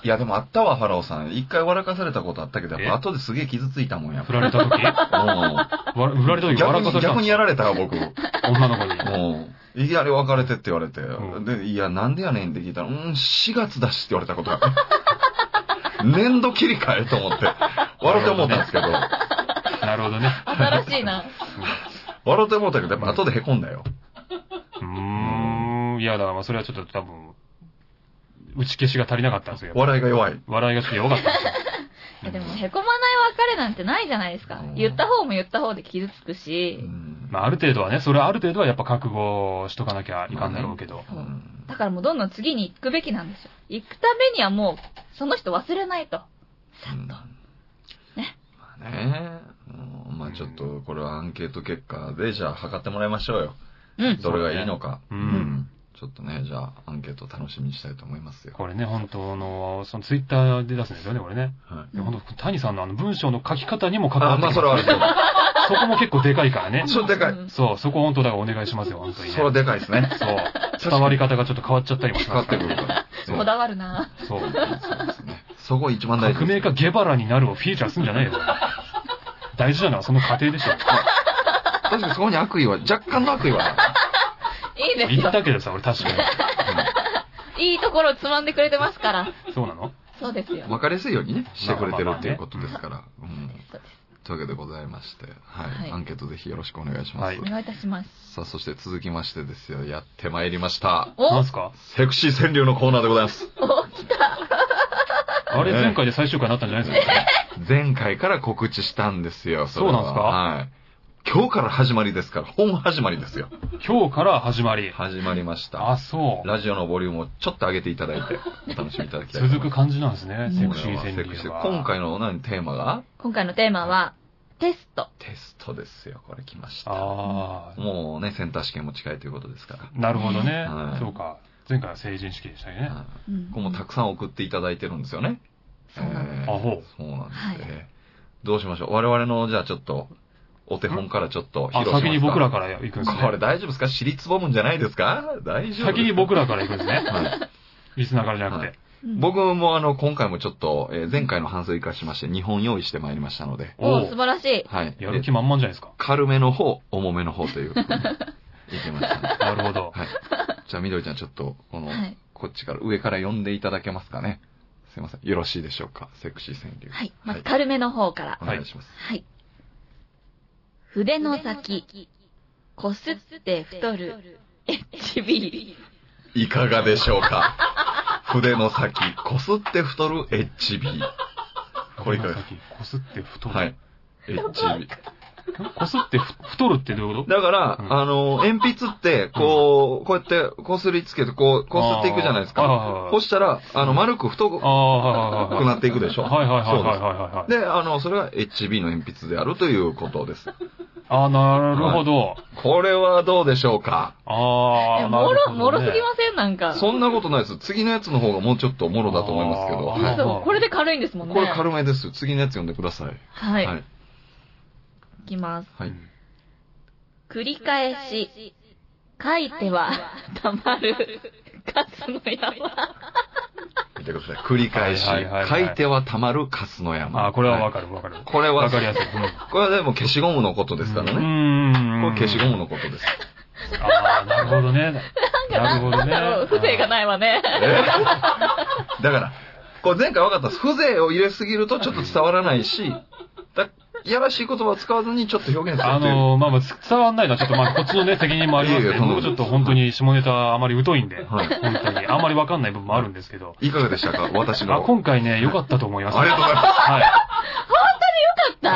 Speaker 2: いや、でもあったわ、ファラオさん。一回笑かされたことあったけど、やっ
Speaker 1: え
Speaker 2: ぱ後ですげえ傷ついたもんや。
Speaker 1: 振られた時
Speaker 2: [laughs]
Speaker 1: わ [laughs]
Speaker 2: うん
Speaker 1: 振られた時
Speaker 2: 逆
Speaker 1: 笑かさ
Speaker 2: に
Speaker 1: れたんで
Speaker 2: 逆に
Speaker 1: す
Speaker 2: や
Speaker 1: よ
Speaker 2: られたわ僕。う
Speaker 1: 女の子
Speaker 2: [laughs]
Speaker 1: に。
Speaker 2: ん。いきなり別れてって言われて、
Speaker 1: うん
Speaker 2: で、いや、なんでやねんって聞いたら、うん、4月だしって言われたことが [laughs] ある。年度切り替えと思って、笑って思ったんですけど、
Speaker 1: なるほどね。
Speaker 3: 新し
Speaker 2: [laughs]
Speaker 3: いな。
Speaker 2: 笑って思ったけど、やっぱ後で凹んだよ。
Speaker 1: うーん。いや、だからまあそれはちょっと多分、打ち消しが足りなかったんですよ。
Speaker 2: 笑いが弱い。
Speaker 1: 笑いがちょっと弱かったんですよ。
Speaker 3: [laughs] いやでも、へこまない別れなんてないじゃないですか
Speaker 2: うん。
Speaker 3: 言った方も言った方で傷つく
Speaker 2: う
Speaker 3: し。
Speaker 2: ん
Speaker 1: まあある程度はね、それはある程度はやっぱ覚悟しとかなきゃいかんだろうけど。
Speaker 3: そう
Speaker 2: うん
Speaker 3: だからもうどんどん次に行くべきなんですよ。行くためにはもう、その人忘れないと。ね
Speaker 2: まあね。うんまあちょっと、これはアンケート結果で、じゃあ測ってもらいましょうよ。
Speaker 3: うん。
Speaker 2: どれがいいのか。
Speaker 1: う
Speaker 2: うんんちょっとね、じゃあ、アンケート楽しみにしたいと思いますよ。
Speaker 1: これね、本当の、そのツイッターで出すんですよね、これね。
Speaker 2: はい。
Speaker 1: いや、ほんと、谷さんのあの文章の書き方にも関わ
Speaker 2: あ、
Speaker 1: ってき
Speaker 2: ま
Speaker 1: ま
Speaker 2: あ
Speaker 1: す
Speaker 2: それはある [laughs] けど。
Speaker 1: そこも結構でかいからね。
Speaker 2: [laughs] それでかい。
Speaker 3: うん
Speaker 1: そう、そこ本当だからお願いしますよ、本当に、ね。
Speaker 2: それはでかいですね。
Speaker 1: そう。伝わり方がちょっと変わっちゃったりもし
Speaker 2: か
Speaker 1: ま
Speaker 2: か
Speaker 1: す
Speaker 2: っ
Speaker 1: か
Speaker 2: て
Speaker 1: ら
Speaker 2: くるから。
Speaker 3: こだわるな
Speaker 1: そう。
Speaker 2: そうですね。そこ一番大事
Speaker 1: 革
Speaker 2: です。
Speaker 1: 命家ゲバラになるをフィーチャーするんじゃないよ。大事なのはその過程
Speaker 2: [laughs]
Speaker 1: でしょ。
Speaker 2: 確かにそこに悪意は、若干の悪
Speaker 1: [laughs]
Speaker 2: 意はあ
Speaker 3: いいです
Speaker 1: 言っ
Speaker 3: よ。
Speaker 1: たけどさ、俺確かに。
Speaker 3: いいところをつまんでくれてますから。
Speaker 1: そうなの
Speaker 3: そうです
Speaker 2: る
Speaker 3: よ。
Speaker 2: うんわかりやすいようにね、してく
Speaker 1: まあ
Speaker 2: れて
Speaker 1: まあ
Speaker 2: る
Speaker 1: まあね
Speaker 2: ということですから。うん
Speaker 3: そう
Speaker 2: というわけでございまして、はい。
Speaker 3: はい
Speaker 2: アンケートぜひよろしくお願いします。
Speaker 1: はい
Speaker 3: ですお願いいたします。
Speaker 2: さあ、そして続きましてですよ、やってまいりました。
Speaker 1: な
Speaker 3: お
Speaker 1: んすか
Speaker 2: セクシー川柳のコーナーでござ
Speaker 1: [laughs]
Speaker 2: います。
Speaker 1: あれ前回で最終回になったんじゃないですか
Speaker 2: 前回から告知したんですよ、れは
Speaker 1: そうなんですか
Speaker 2: はい。今日から始まりですから、本始まりですよ。
Speaker 1: 今日から始まり。
Speaker 2: 始まりました。
Speaker 1: あ、そう。
Speaker 2: ラジオのボリュームをちょっと上げていただい
Speaker 1: [laughs]
Speaker 2: て、お楽しみいただきたいと思い
Speaker 1: 続
Speaker 2: ます
Speaker 1: く感じなんですね、セ
Speaker 2: こ
Speaker 1: ク
Speaker 2: れ
Speaker 1: シー
Speaker 2: は
Speaker 1: 川
Speaker 2: セクシ
Speaker 1: 柳
Speaker 2: ー
Speaker 1: は。
Speaker 2: 今回の何テーマが
Speaker 3: 今回のテーマは、テスト。
Speaker 2: テストですよ。これ来ました。
Speaker 1: あ
Speaker 2: もうね、センター試験も近いということですか
Speaker 1: あ、なるほどね
Speaker 2: は。い
Speaker 1: そうか。前回は成人式でしたよ
Speaker 2: ら。
Speaker 1: ね。
Speaker 2: はい
Speaker 3: うん
Speaker 2: ここもたくさん送っていただいてるんですよね。
Speaker 3: そうなんです
Speaker 2: えー
Speaker 1: あほう
Speaker 2: そうなんです
Speaker 3: は
Speaker 2: ね。どうしましょう。我々の、じゃあちょっと、お手本からちょっと披露
Speaker 1: あ、
Speaker 2: しますか。
Speaker 1: 先に僕らから行くんです
Speaker 2: これ
Speaker 1: ね。
Speaker 2: 大丈夫ですか尻つぼむんじゃないですか大丈夫ですか
Speaker 1: 先に僕らから行くんですね。
Speaker 2: [laughs] はい
Speaker 1: リスナーからじゃなく
Speaker 2: は
Speaker 1: て。
Speaker 3: うん
Speaker 2: 僕もあの、今回もちょっと、えー前回の反省を生かしまして、2本用意してまいりましたので、
Speaker 3: お
Speaker 1: お
Speaker 3: ー素晴らしい。
Speaker 2: はい。
Speaker 1: やる
Speaker 2: で
Speaker 1: 気満々じゃないですか。
Speaker 2: 軽めの方、重めの
Speaker 1: [laughs]
Speaker 2: 方という、いけましたね。
Speaker 1: なるほど。
Speaker 2: はい。じゃあ、みどりちゃん、ちょっと、この、
Speaker 3: はい
Speaker 2: こっちから、上から読んでいただけますかね。すいません。よろしいでしょうか。セクシー川柳。
Speaker 3: はい。まず軽めの方から。
Speaker 2: お願いします。
Speaker 3: はい。筆
Speaker 4: 手の
Speaker 3: の先、
Speaker 4: 先、
Speaker 3: こす
Speaker 4: す
Speaker 3: っ
Speaker 4: って
Speaker 3: て
Speaker 4: 太
Speaker 3: 太
Speaker 4: る
Speaker 3: る、。HB。
Speaker 2: い、かがでしょうか。筆の先、こすって太る HB。これいかが
Speaker 1: 先、こすって太る。
Speaker 2: はい。HB。
Speaker 1: こすってふ太るってどういうこと
Speaker 2: だから、
Speaker 1: うん
Speaker 2: あの、鉛筆って、こう、こうやって、こすりつけて、こう、こすっていくじゃないです
Speaker 1: あー
Speaker 2: か。
Speaker 1: あー
Speaker 2: こうしたら、あの、丸く太く
Speaker 1: ああ、はいはいはいはい
Speaker 2: なっていくでしょ。
Speaker 1: はいはいはい
Speaker 2: そう
Speaker 1: はい
Speaker 2: で
Speaker 1: はいはい。
Speaker 2: すで、あの、それが HB の鉛筆であるということです。
Speaker 1: あ、なるほど。
Speaker 2: これはどうでしょうか
Speaker 1: あ
Speaker 3: え
Speaker 1: あ、
Speaker 3: もろ、もろすぎ
Speaker 1: す
Speaker 3: ませんなんか。
Speaker 2: そんなことないです。次のやつの方がもうちょっともろだと思いますけど。
Speaker 1: あー
Speaker 2: はい
Speaker 3: そうこれで軽いんですもんね。
Speaker 2: これ軽めです。次のやつ読んでください。
Speaker 3: はい。
Speaker 2: はい
Speaker 3: い、。きます。
Speaker 2: はい。
Speaker 3: 繰り
Speaker 4: 繰り返
Speaker 3: 返し、
Speaker 4: し、
Speaker 3: 書い
Speaker 4: 相
Speaker 3: て
Speaker 4: 手は
Speaker 3: [laughs] は、、たまる、カツの山。
Speaker 2: 見てください。繰り返し、
Speaker 1: はいはいはいはい
Speaker 2: 書いては溜まるカスの山。
Speaker 1: あーこれは
Speaker 2: わ
Speaker 1: わ
Speaker 2: か
Speaker 1: かるわかる。
Speaker 2: これは
Speaker 1: わかりやすい。うん
Speaker 2: これはでも消しゴムのことですから
Speaker 1: う
Speaker 2: ね。
Speaker 1: ーん。
Speaker 2: これ消しゴムのことです。
Speaker 1: ああ、なるほどね。なるほどね。
Speaker 3: 風情がないわね。
Speaker 2: えーだから、これ前回分かったんです。風情を入れすぎるとちょっと伝わらないし、だいやらしい言葉を使わずにちょっと表現する
Speaker 1: あ
Speaker 2: という。
Speaker 1: のーまあまあ、伝わんないのはちょっとまあ、こっちのね、責任もありますけ
Speaker 2: いえいえ
Speaker 1: ど、
Speaker 2: とんでも
Speaker 1: 僕ちょっと本当に下ネタあまり疎いんで、
Speaker 2: はい
Speaker 1: 本当に、あんまりわかんない部分もあるんですけど、
Speaker 2: いかがでした
Speaker 1: [laughs]
Speaker 2: か私の。
Speaker 1: あ、今回ね、良かったと思います。
Speaker 2: ありがとうございます。
Speaker 1: はい。あの、
Speaker 2: ありがとうござ
Speaker 3: 本当に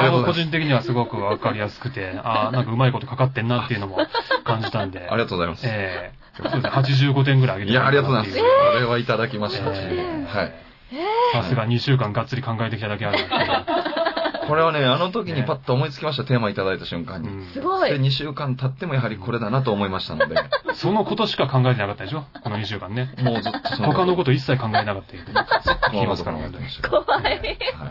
Speaker 2: い
Speaker 1: 個
Speaker 2: ます
Speaker 1: 人的にはすごくわかりやすくて、ああ、なんかうまいことかかってんなっていうのも感じたんで、
Speaker 2: ありがとうございます。
Speaker 1: ええそうですね、85点ぐらい上げ
Speaker 2: い
Speaker 1: て
Speaker 2: や、ありがとうございます。これはいただきました。はい。
Speaker 1: ええさすが2週間がっつり考えてきただけあるんで
Speaker 2: これはね、あの時にパッと思いつきました、テーマいただいた瞬間に。
Speaker 1: うん
Speaker 3: すご
Speaker 2: で、
Speaker 3: い。
Speaker 2: 2週間経ってもやはりこれだなと思いましたので、
Speaker 1: そのことしか考えてなかったでしょこの2週間ね。
Speaker 2: もうずっとその
Speaker 1: 他のこと一切考えなかったよね
Speaker 2: 聞
Speaker 1: 聞
Speaker 2: き
Speaker 1: き
Speaker 2: ま
Speaker 1: ますす
Speaker 2: か
Speaker 1: からら、本
Speaker 2: ね
Speaker 1: 当に。
Speaker 3: 怖
Speaker 1: え
Speaker 3: い。
Speaker 2: はい。あ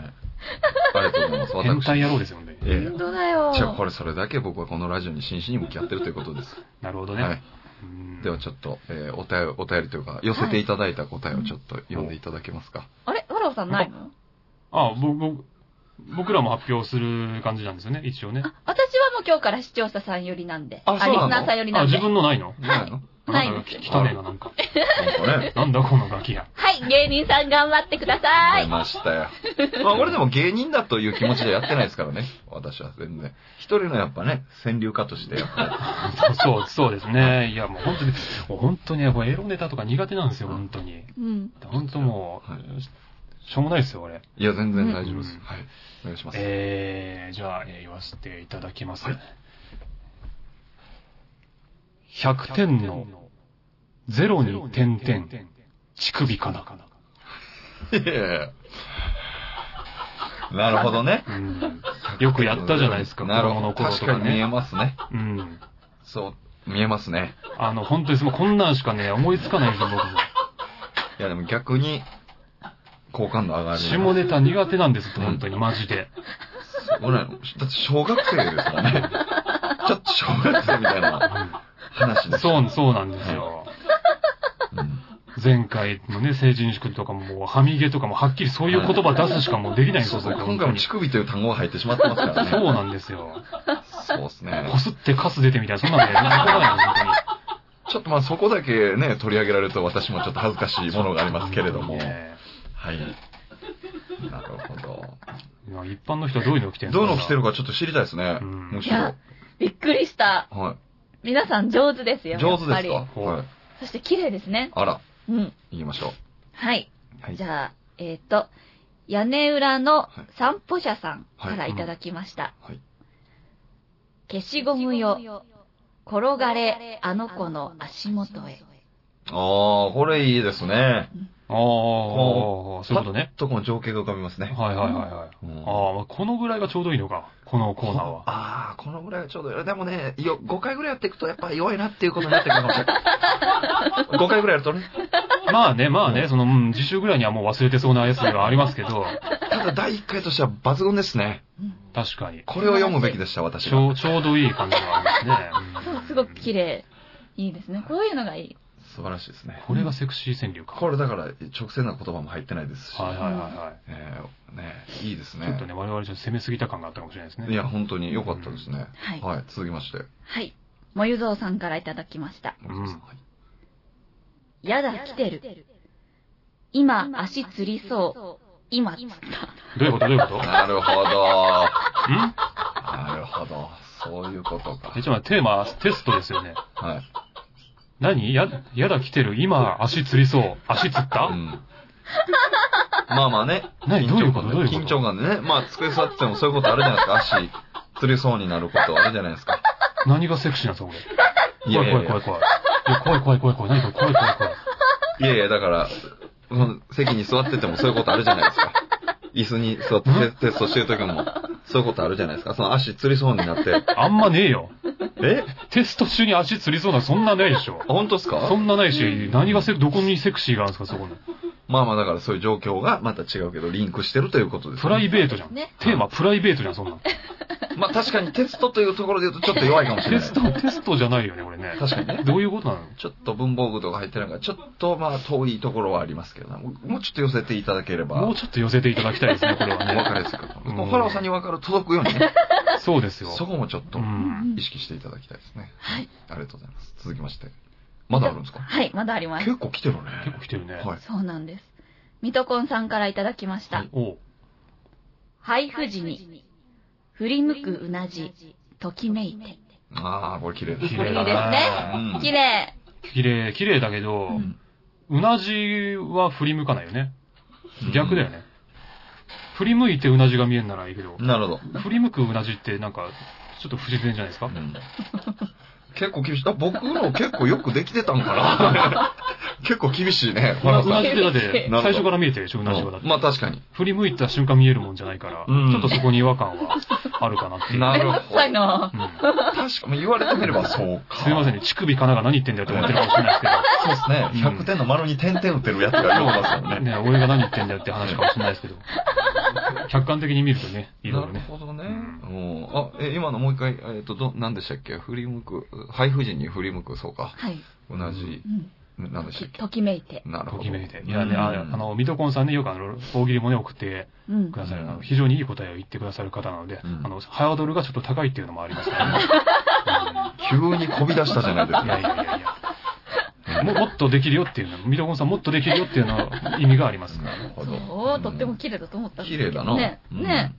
Speaker 2: りがとうございます。
Speaker 1: 変態
Speaker 2: 私。
Speaker 1: 野郎ですよ、本当に。
Speaker 2: え
Speaker 3: 本当だよ
Speaker 2: え。じゃあこれそれだけ僕はこのラジオに真摯に向き合ってるということです。
Speaker 1: なるほどね。
Speaker 2: はい。
Speaker 1: うん
Speaker 2: ではちょっと、えーお便り、お便りというか、寄せていただいた答えをちょっと読んでいただけますか。
Speaker 3: あれわらおさんないの
Speaker 1: あ僕、僕僕らも発表する感じなんですよね、一応ね。
Speaker 3: あ私はもう今日から視聴者さん寄りなんで。
Speaker 2: あそうなの
Speaker 3: リスナーさん寄り
Speaker 1: あ、
Speaker 3: なんで。
Speaker 1: 自分のないの
Speaker 2: ないの
Speaker 3: ない
Speaker 1: ん
Speaker 3: ん
Speaker 1: か
Speaker 3: ですよ。
Speaker 1: 汚ねえな、なんか。
Speaker 2: なんかね。
Speaker 1: なんだ、このガキや。
Speaker 3: はい、芸人さん頑張ってくださ
Speaker 2: 出
Speaker 3: い。
Speaker 2: ましたよ。まあ、俺でも芸人だという気持ちでやってないですからね。私は全然。一人のやっぱね、川柳家としてやっぱ
Speaker 1: [laughs]
Speaker 2: り
Speaker 1: そう、そうですね。いや、もう本当に、もう本当にね、これエロネタとか苦手なんですよ、本当に。
Speaker 3: うん。
Speaker 1: 本当もう、
Speaker 2: は
Speaker 1: ししょうもないですよ、俺。
Speaker 2: いや、全然大丈夫です。
Speaker 1: うん
Speaker 2: はい。お願いします。
Speaker 1: えー、じゃあ、えー言わせていただきます。
Speaker 2: はい
Speaker 1: 100点のゼロに点々、乳首かな。
Speaker 2: いやいやいやなるほどね。
Speaker 1: うん、よくやったじゃないですか、子
Speaker 2: なる
Speaker 1: 供
Speaker 2: ほど。
Speaker 1: の頃
Speaker 2: 確
Speaker 1: と
Speaker 2: か
Speaker 1: か
Speaker 2: に見え
Speaker 1: ね。
Speaker 2: ますね。
Speaker 1: うん。
Speaker 2: そう、見えますね。
Speaker 1: あの、本当にそのこんなんしかね、思いつかないんですよ、僕も。
Speaker 2: いや、でも逆に、好感度上がる。
Speaker 1: 下ネタ苦手なんです、本当に、マジで。
Speaker 2: 俺らだって小学生ですもんね。ちょっと小学生みたいな話です。
Speaker 1: そう、そうなんですよ。
Speaker 2: うん
Speaker 1: 前回のね、成人式とかももう、はみ出とかもはっきりそういう言葉出すしかもうできないんです
Speaker 2: そう
Speaker 1: よ、
Speaker 2: そう、
Speaker 1: 僕
Speaker 2: 今
Speaker 1: 本
Speaker 2: 回
Speaker 1: 当
Speaker 2: も
Speaker 1: に。
Speaker 2: 乳
Speaker 1: そ
Speaker 2: 首という単語が入ってしまってますからね。
Speaker 1: うなんですよ。
Speaker 2: そうですね
Speaker 1: こ。すってカス出てみたいな、そんなんで、ね、残らないよ、本当に。
Speaker 2: ちょっとまあそこだけね、取り上げられると私もちょっと恥ずかしいものがありますけれども。はい。
Speaker 1: ね
Speaker 2: なるほど。
Speaker 1: いや一般の人はどういうのを着てる
Speaker 2: どういうの着てるかちょっと知りたいですね。
Speaker 1: うん
Speaker 2: むし
Speaker 3: いや
Speaker 2: ろ。
Speaker 3: びっくりした。
Speaker 2: は
Speaker 3: 皆さん上手です
Speaker 2: い。
Speaker 3: よ。
Speaker 2: 上手です
Speaker 3: やっぱ
Speaker 2: かはい。
Speaker 3: りそして綺麗ですね
Speaker 2: あ。ら、
Speaker 3: うん。
Speaker 2: 行きましょう。
Speaker 3: はい。
Speaker 2: はい
Speaker 3: じ。ゃあ、えっ、と、屋根裏の散歩者さんからいただきました。
Speaker 2: はいはい
Speaker 3: 消しゴムよ、転がれ、あの子の足元へ。
Speaker 2: ああ、これいいですね。
Speaker 1: ああ、そういうことね。
Speaker 2: パッとこの情景が浮かびますね。
Speaker 1: はいはいはいはい。
Speaker 2: うん
Speaker 1: ああ、このぐらいがちょうどいいのか。このコーナーは。
Speaker 2: ああ、このぐらいはちょうどいい。でもね、よ5回ぐらいやっていくとやっぱ弱いなっていうことになってくるかもしれ
Speaker 3: [laughs]
Speaker 2: ない。5回ぐらいやるとね。
Speaker 1: まあね、まあね、その、うん、自習ぐらいにはもう忘れてそうなやつがありますけど、
Speaker 2: ただ第1回としては抜群ですね。
Speaker 1: 確かに。
Speaker 2: これを読むべきでした、私
Speaker 1: ち
Speaker 2: は。
Speaker 1: ょう、ちょうどいい感じがありますね。
Speaker 3: そう、すごく綺
Speaker 1: 麗。
Speaker 3: 麗。いいですね。こういうのがいい。
Speaker 2: 素晴らしいですね。
Speaker 1: これがセクシー川柳か。
Speaker 2: これだから直線な言葉も入ってないですし。
Speaker 1: はいはいはいはい。
Speaker 2: えーね、いいですね。
Speaker 1: ちょっとね、我々ちょっと攻めすぎた感があったかもしれないですね。
Speaker 2: いや、本当に良かったですね。
Speaker 3: はい。
Speaker 2: はい、続きまして。
Speaker 3: はい。もゆぞうさんからいただきました。
Speaker 1: うん
Speaker 2: はい
Speaker 3: やだ、
Speaker 4: だ、
Speaker 3: 来
Speaker 4: 来
Speaker 3: て
Speaker 4: て
Speaker 3: る。
Speaker 4: る。
Speaker 3: 今、
Speaker 4: 今、
Speaker 3: 足
Speaker 4: 足
Speaker 3: つ
Speaker 4: つ
Speaker 3: り
Speaker 4: り
Speaker 3: そう。
Speaker 4: そ
Speaker 3: 今、つった。
Speaker 1: どういうことどういうことん
Speaker 2: なるほど。
Speaker 1: え、
Speaker 2: なるほど。そういうことか。
Speaker 1: ちょっと待って、テーマ、テストですよね。
Speaker 2: はい。
Speaker 1: 何や、やだ来てる。今、足つりそう。足つった、
Speaker 2: うん。まあまあね。
Speaker 1: 何どういうこと
Speaker 2: 緊張感
Speaker 1: どういうこと
Speaker 2: 緊張感でね。まあ、机座っててもそういうことあるじゃないですか。足、つりそうになることあるじゃないですか。
Speaker 1: 何がセクシーなんですか、これ。
Speaker 2: いや
Speaker 1: 怖
Speaker 2: い
Speaker 1: い
Speaker 2: や
Speaker 1: 怖
Speaker 2: い
Speaker 1: い
Speaker 2: や
Speaker 1: 怖い。怖い。いや怖い怖い怖い怖い。何これ怖い怖い怖い。
Speaker 2: いやいや、だから、その席に座っててもそういうことあるじゃないですか。椅子に座ってテテストしてる時も、そういうことあるじゃないですか。その足つりそうになって。
Speaker 1: あんまねえよ。
Speaker 2: え
Speaker 1: テスト中に足つりそうな、そんなないでしょ。
Speaker 2: 本当ですか
Speaker 1: そんなないし、何がセ、どこにセクシーがあるんですか、そこの。
Speaker 2: まあまあだからそういう状況がまた違うけど、リンクしてるということです、
Speaker 1: プライベートじゃん。
Speaker 3: ね
Speaker 1: テーマプライベートじゃん、そんなん。
Speaker 2: まあ確かにテストというところで言うとちょっと弱いかもしれ
Speaker 1: テ
Speaker 2: ない
Speaker 1: ス。ト、テストじゃないよね、これね。
Speaker 2: 確かにね。
Speaker 1: どういうことなの
Speaker 2: ちょっと文房具とか入ってないから、ちょっとまあ遠いところはありますけどなもうもうちょっと寄せていただければ、
Speaker 1: もうちょっと寄せていただきたいですね、これは
Speaker 2: お分かり
Speaker 1: ね。
Speaker 2: ですけど、
Speaker 1: うん
Speaker 2: もうファラオさんに分かる届くようにね、
Speaker 1: そうですよ。
Speaker 2: [laughs] そこもちょっと
Speaker 1: うん。
Speaker 2: 意識していただきたいですね。
Speaker 3: はい。
Speaker 2: ありがとうございます。続きまして。まだあるんですか
Speaker 3: はい、まだあります。
Speaker 2: 結構来てるね。
Speaker 1: 結構来てるね。
Speaker 2: はい。
Speaker 3: そうなんです。ミトコンさんからいただきました。
Speaker 1: おう
Speaker 3: 配布
Speaker 4: 配
Speaker 3: 時
Speaker 4: 布
Speaker 3: に、
Speaker 4: 時に、
Speaker 3: 振り
Speaker 4: 見
Speaker 3: 向
Speaker 4: 向く
Speaker 3: くう
Speaker 4: う
Speaker 3: な
Speaker 4: な
Speaker 3: じ
Speaker 4: じ、、
Speaker 3: とき
Speaker 4: 決
Speaker 3: め
Speaker 4: め
Speaker 3: い
Speaker 4: い
Speaker 3: て
Speaker 4: て。。
Speaker 2: ああ、これ綺麗です
Speaker 1: 綺
Speaker 2: ね。
Speaker 1: 麗だ
Speaker 3: い
Speaker 1: ね。
Speaker 3: 綺麗。
Speaker 1: 綺麗、綺麗だけど、うなじは振り向かないよね。逆だよ
Speaker 2: ね。
Speaker 1: ね。振り向いてうなじが見えんならいいけど、
Speaker 2: なるほど。
Speaker 1: 振り向くうなじってなんか、ちょっと不自然じゃないですか
Speaker 2: うん結構厳しい。あ、僕の結構よくできてたんか
Speaker 1: [laughs]
Speaker 2: な結構厳しいね。
Speaker 1: ほ
Speaker 2: ファラ
Speaker 1: ら、
Speaker 2: オ
Speaker 1: う
Speaker 2: さ
Speaker 1: なんじってだって、
Speaker 2: なるほど
Speaker 1: 最初から見えてるでしょ、うなじはだっ
Speaker 2: う
Speaker 1: て
Speaker 2: ん。まあ確かに。
Speaker 1: 振り向いた瞬間見えるもんじゃないから、
Speaker 2: うん
Speaker 1: ちょっとそこに違和感はあるかなっていう。
Speaker 2: な
Speaker 3: めん
Speaker 2: る
Speaker 3: どく
Speaker 2: ほど
Speaker 3: [laughs] さ。いな
Speaker 1: うん
Speaker 2: 確かに言われてみればそうか。
Speaker 1: すいませんね、乳首かなが何言ってんだよって思ってるかもしれないで
Speaker 2: そうですね。
Speaker 1: うん
Speaker 2: 100点の丸に点々打ってるやつがようます
Speaker 1: す
Speaker 2: よ
Speaker 1: けど、
Speaker 2: ね。
Speaker 1: ね、俺が何言ってんだよって話かもしれないですけど、客観的に見るとね、いろいろね。
Speaker 2: ほどね
Speaker 1: うん
Speaker 2: うんあ、え、今のもう一回、えっと、ど、何でしたっけ振り向く、配布時に振り向く、そうか。
Speaker 3: はい。
Speaker 2: 同じ
Speaker 3: う、ん。
Speaker 2: 何でした
Speaker 3: き
Speaker 2: っけ
Speaker 3: ときめいて。
Speaker 2: なるほ
Speaker 1: と
Speaker 2: ど。
Speaker 1: きめいて。いやね、あ
Speaker 2: うん
Speaker 1: あ、の、ミトコンさんね、よくあの、大喜利もね、送って
Speaker 3: うん
Speaker 1: く。ださる、あ
Speaker 2: うん
Speaker 1: の非常にいい答えを言ってくださる方なので、
Speaker 2: うん
Speaker 1: あの、ハードルがちょっと高いっていうのもありますからね。
Speaker 2: 急にこび出したじゃないです
Speaker 1: う
Speaker 2: [laughs]
Speaker 1: んいやい
Speaker 2: か。
Speaker 1: やいやいや。ももっとできるよっていうの、ミトコンさんもっとできるよっていうのは意味がありますから。
Speaker 2: なるほど。
Speaker 3: そう、とっても
Speaker 2: うん
Speaker 3: 綺麗だと思ったんです
Speaker 2: 綺
Speaker 3: けど
Speaker 2: 麗だな。
Speaker 3: ね。
Speaker 2: うん
Speaker 3: ね。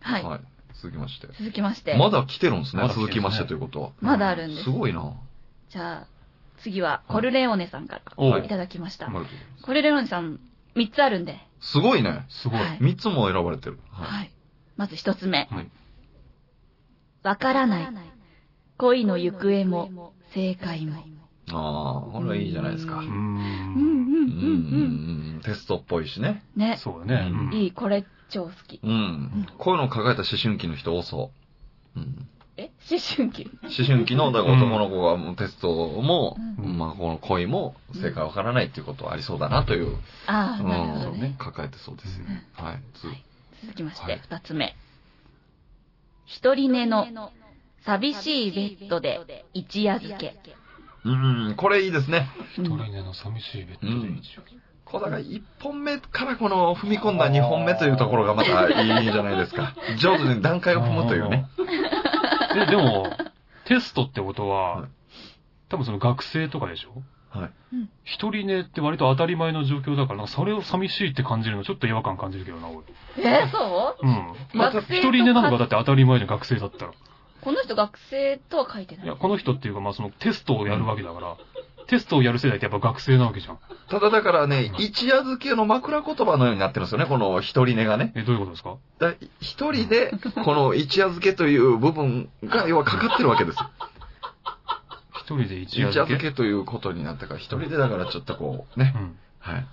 Speaker 3: はい。
Speaker 2: はい。続きまして。
Speaker 3: 続きまして。
Speaker 2: まだ来てるんですね
Speaker 1: ま。だ来てるん
Speaker 2: 続
Speaker 1: ですね
Speaker 2: きましてということは。
Speaker 3: まだあるんです
Speaker 2: すごいな。
Speaker 3: じゃあ、次は、コルレオネさんか
Speaker 1: お
Speaker 3: ら
Speaker 1: う
Speaker 3: いただきました。
Speaker 2: まる
Speaker 3: コルレオネさん、3つあるんで。
Speaker 2: すごいね。
Speaker 1: すごい。
Speaker 3: はい
Speaker 2: 3つも選ばれてる。はい
Speaker 3: はい。まず1つ目
Speaker 1: はい。
Speaker 3: わか
Speaker 4: わからら
Speaker 3: な。
Speaker 4: ないい。
Speaker 3: 恋
Speaker 4: 恋
Speaker 3: の
Speaker 4: の
Speaker 3: 行
Speaker 4: 行
Speaker 3: 方
Speaker 4: 方
Speaker 3: も、
Speaker 4: も、
Speaker 3: 正
Speaker 4: 世界
Speaker 3: 解も
Speaker 4: も。。
Speaker 2: ああ、これはいいじゃないですか。
Speaker 3: う
Speaker 1: うー
Speaker 3: んう
Speaker 1: ん。
Speaker 3: ん
Speaker 2: うんうんうんテストっぽいしね。
Speaker 3: ね。
Speaker 1: そうだね。うん
Speaker 3: いい、これ超好き。
Speaker 2: うん。こういうのを抱えた思春期の人多そう。うん。
Speaker 3: え思春期
Speaker 2: 思春期の、だから男の子がもうテストも、
Speaker 1: うん
Speaker 2: まあこの恋も正解わからないっていうことはありそうだなという、
Speaker 3: ああ、
Speaker 2: うん
Speaker 3: なるほどね。
Speaker 2: 抱えてそうですよね。はい。続い
Speaker 3: 続きまし
Speaker 2: は
Speaker 3: て
Speaker 2: い、
Speaker 3: 2つ目。一人寝
Speaker 4: 夢
Speaker 3: の
Speaker 4: の、
Speaker 3: 寂し
Speaker 4: 寂し
Speaker 3: い
Speaker 4: い
Speaker 3: ベ
Speaker 4: ベ
Speaker 3: ッ
Speaker 4: ッ
Speaker 3: ド
Speaker 4: ド
Speaker 3: で
Speaker 4: で、
Speaker 3: 一夜漬
Speaker 4: 預
Speaker 3: け
Speaker 4: け。。
Speaker 2: うん、これいいですね。
Speaker 3: う
Speaker 1: ト
Speaker 3: ん
Speaker 1: レーネの寂しいベッドで一応。
Speaker 2: こうだから1本目からこの踏み込んだ2本目というところがまたいいじゃないですか。上手に段階を踏むというね。
Speaker 1: え、でも、テストってこと
Speaker 2: は、
Speaker 1: はい多分その学生とかでしょ
Speaker 2: はい。
Speaker 1: 一人寝って割と当たり前の状況だから、それを寂しいって感じるのちょっと違和感感じるけどな、俺。
Speaker 3: えー、そう
Speaker 1: うん。
Speaker 3: 学生
Speaker 1: 一
Speaker 3: と
Speaker 1: 人寝なのがだって当たり前じゃん、学生だったら。
Speaker 3: この人学生とは書いてない
Speaker 1: いや、この人っていうか、まあそのテストをやるわけだから、テストをやる世代ってやっぱ学生なわけじゃん。
Speaker 2: ただだからね、一夜漬けの枕言葉のようになってるんですよね、この一人寝がね。
Speaker 1: え、どういうことですか
Speaker 2: だ一人で、この一夜漬けという部分が、要はかかってるわけですよ。
Speaker 1: 一人で一
Speaker 2: 一夜
Speaker 1: 夜漬け
Speaker 2: 漬けということになったから、一人でだからちょっとこう、ね
Speaker 1: う、ん。
Speaker 2: はい。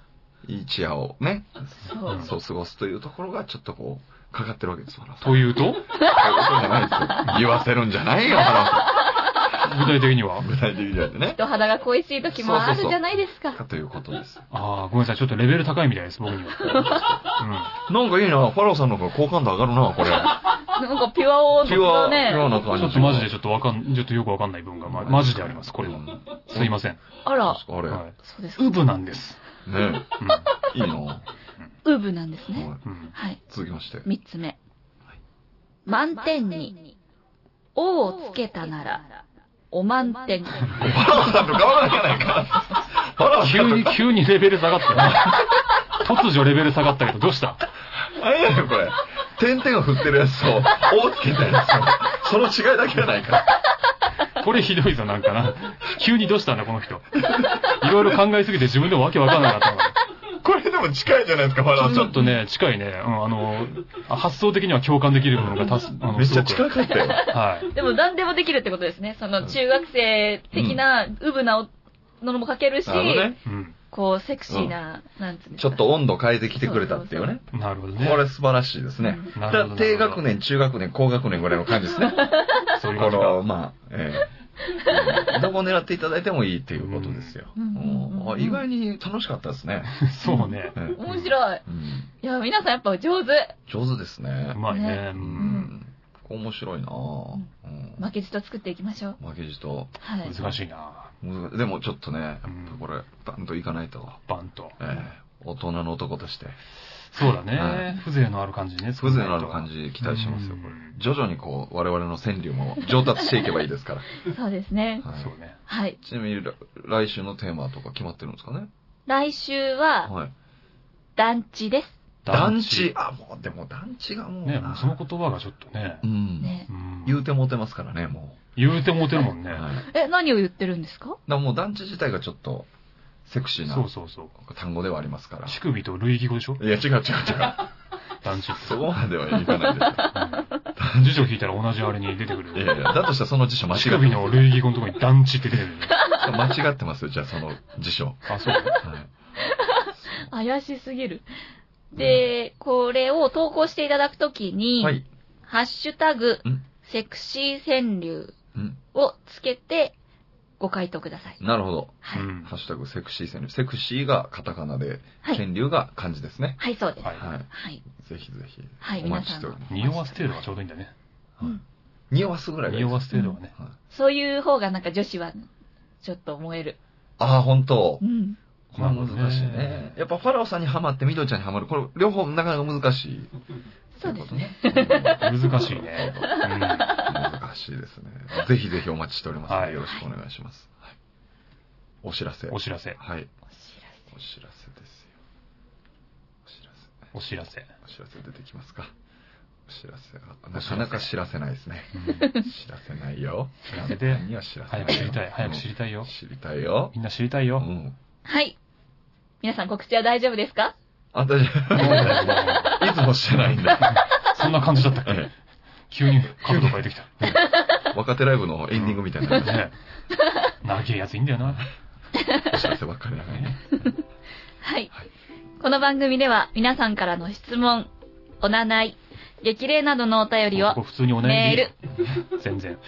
Speaker 2: 一夜をね、
Speaker 3: そう。
Speaker 2: そう過ごすというところが、ちょっとこう、かかってるわけです、原さん。
Speaker 1: というと
Speaker 2: そうじゃないですよ。言わせるんじゃないよ、原
Speaker 1: 具体的には
Speaker 2: さん。具体的にはね。
Speaker 3: 人肌が恋しい時もあるじゃないですか。
Speaker 2: ということです。
Speaker 1: ああ、ごめんなさい。ちょっとレベル高いみたいです、僕には。
Speaker 2: なんかいいな、ファローさんの方が好感度上がるな、これ。
Speaker 3: なんかピュア王
Speaker 2: ピュア、ピュ
Speaker 3: のね。
Speaker 2: アな
Speaker 1: う
Speaker 2: 感
Speaker 1: ん。
Speaker 2: じ。
Speaker 1: ちょっとマジでちょっとわかん、ちょっとよくわかんない部分が、ま、マジであります、これは。すいません。
Speaker 3: あら、
Speaker 2: あれ、
Speaker 1: はい。
Speaker 3: そうですか。
Speaker 1: ウブなんです。
Speaker 2: ね、
Speaker 1: うん。
Speaker 2: いいな。
Speaker 3: ウブなんですね。
Speaker 2: はい [laughs]
Speaker 1: うん。
Speaker 3: はい。
Speaker 2: 続きまして。
Speaker 3: 三つ目。満点に、王をつけたなら、お満点。
Speaker 2: ファラオさんと変わらないじゃないか。ファラオさ
Speaker 1: 急
Speaker 2: [laughs] んと
Speaker 1: に、急にレベル下がった [laughs] よね。突如レベル下がったけど、どうした
Speaker 2: あれやよ、これ。点々を振ってるやつと、大つけたやつと、その違いだけじゃないか。
Speaker 1: これひどいぞ、なんかな。急にどうしたんだ、この人。いろいろ考えすぎて自分でもわけわかんなかったの
Speaker 2: これでも近いじゃないですか、ファ [laughs] ラオ
Speaker 1: ち
Speaker 2: さ
Speaker 1: ょ
Speaker 2: ん
Speaker 1: っと。ね、近いね。うん、あの、あ発想的には共感できる部分が多す、あの
Speaker 2: めっちゃ
Speaker 1: すご
Speaker 2: 近かったよ。
Speaker 1: くはい。
Speaker 3: [laughs] でも何でもできるってことですね。その中学生的なウブなのも書けるし、
Speaker 2: あのね、
Speaker 1: うん。
Speaker 3: こうセクシーな、なんつうんです
Speaker 2: ちょっと温度変えてきてくれたっていうね。
Speaker 1: なるほどね。
Speaker 2: これ素晴らしいですね。
Speaker 1: なるほ
Speaker 2: だか
Speaker 1: ど
Speaker 2: ら低学年、中学年、高学年ぐらいの感じですね。
Speaker 1: そういう
Speaker 2: こ
Speaker 1: 感じ
Speaker 2: の、
Speaker 1: か。
Speaker 2: まあ、ええどこ狙っていただいてもいいっていうことですよ。
Speaker 3: うん
Speaker 2: うんあ意外に楽しかったですね。
Speaker 1: [laughs] そうね。
Speaker 2: ええ
Speaker 3: 面白い。
Speaker 2: うん
Speaker 3: いや、皆さんやっぱ上手。
Speaker 2: 上手ですね
Speaker 1: う。まいね
Speaker 3: ね。
Speaker 1: う
Speaker 2: うんん。面白いなぁ。うん
Speaker 3: 負けじと作っていきましょう。
Speaker 2: 負けじと。
Speaker 3: はい。
Speaker 1: 難しいな
Speaker 2: 難しいでもちょっとね、やっぱ
Speaker 1: うん
Speaker 2: これ、バンといかないと。
Speaker 1: バンと。
Speaker 2: ええ大人の男として、
Speaker 1: そうだ
Speaker 2: は
Speaker 1: ね。風情のある感じね。
Speaker 2: 風情のある感じ期待してますよ、これ。徐々にこう、我々の川柳も上達していけばいいで
Speaker 1: [laughs]
Speaker 2: すから。
Speaker 3: そうですね。
Speaker 1: じ
Speaker 2: はい
Speaker 1: そうね。
Speaker 3: はい。
Speaker 2: ちなみにら来週のテーマとか決まってるんですかね
Speaker 3: 来週は、
Speaker 2: はい。
Speaker 3: 団地です。
Speaker 2: 団地。あ、もう、でも団地がもうな。
Speaker 1: ね、もうその言葉がちょっとね
Speaker 2: う。ん。
Speaker 3: ね
Speaker 1: う。ん
Speaker 2: 言うてもてますからね、も
Speaker 1: 言うてもうてるもん
Speaker 2: う。
Speaker 1: ね。
Speaker 2: はい。だか
Speaker 3: え、何を言ってるんですから
Speaker 2: もう団地自体がちょっと、セクシーな
Speaker 1: そうそうそう。
Speaker 2: 単語ではありますから。
Speaker 1: 乳首と類義語でしょ
Speaker 2: いや、違う
Speaker 1: [laughs]
Speaker 2: 違う違う。
Speaker 1: 団地って。
Speaker 2: そこまではいかないですよ。
Speaker 1: うん辞書引いたら同じあれに出てくる
Speaker 2: い
Speaker 1: よ
Speaker 2: やいや、だとしたらその辞書間違っ
Speaker 1: 乳
Speaker 2: て
Speaker 1: 首の類義語のとこに団地って出てくるよね。
Speaker 2: ます。間違ってますよ、じゃ [laughs] あその辞書。は
Speaker 1: あ、そう。
Speaker 2: い。
Speaker 3: 怪しすぎる。で、これを投稿していただくときに、
Speaker 2: はい。
Speaker 3: ハッシュタグ
Speaker 2: うん、
Speaker 3: セクシー川柳
Speaker 2: うん。
Speaker 3: をつけて、ご回答ください。
Speaker 2: なるほど。
Speaker 3: はい。
Speaker 1: うん
Speaker 2: ハッシュタグセクシー川柳。セクシーがカタカナで、
Speaker 3: はい
Speaker 2: 川柳が漢字ですね。
Speaker 3: はい、そうです。
Speaker 1: は。
Speaker 2: はいい。
Speaker 3: はい。
Speaker 2: ぜひぜひ。
Speaker 3: はい
Speaker 2: お待ちしております。
Speaker 1: 匂わす程度がちょうどいいんだね。
Speaker 2: 匂わすぐらいがいい
Speaker 1: 匂
Speaker 2: で
Speaker 1: わ
Speaker 2: す。
Speaker 1: す程度がね。
Speaker 2: はい
Speaker 3: そういう方がなんか女子は、ちょっと燃える。
Speaker 2: ああ、本当
Speaker 3: う。ん。
Speaker 2: これは難しい
Speaker 1: なるほどね
Speaker 2: ね。やっぱファラオさんにはまって、ミドリちゃんにはまる。これ、両方なかなか難しい。
Speaker 3: そうですね。
Speaker 2: ということね。
Speaker 1: 難しいね。うん
Speaker 2: 難しいです [laughs] ね。ぜひぜひお待ちしておりますので、
Speaker 1: はい
Speaker 2: よろしくお願いします。はいお知らせ。
Speaker 1: お知らせ。
Speaker 2: はい。お
Speaker 3: お知らせ
Speaker 2: 知らせですよ。お知らせ。
Speaker 1: お知らせ。
Speaker 2: お知らせ出てきますかお知らせが、なかなか知らせないですね。
Speaker 1: うん
Speaker 2: 知らせないよ。
Speaker 1: 知らせて
Speaker 2: には知らせない
Speaker 1: 早
Speaker 2: よ。
Speaker 1: く知りたい。早く知りたい
Speaker 2: た
Speaker 1: よ。
Speaker 2: 知りたいよ。
Speaker 1: みんな知りたいうよ。
Speaker 2: ん。
Speaker 3: はい。皆さん告知は大丈夫ですか
Speaker 2: あ、大丈
Speaker 1: [laughs]
Speaker 2: 夫。いつもしてないんだ。
Speaker 1: そんな感じだったっけ
Speaker 2: え
Speaker 1: 急に角度変えてきた。
Speaker 2: え若手ライブのエンディングみたいになりました
Speaker 1: ね長いやついいんだよな。
Speaker 2: お知らせばっかりだね。
Speaker 3: はい
Speaker 2: はい。
Speaker 3: この番組では皆さんからの質問、おなない、激励などのお便りを
Speaker 1: ここ、普通にお悩みでいいよ。全然。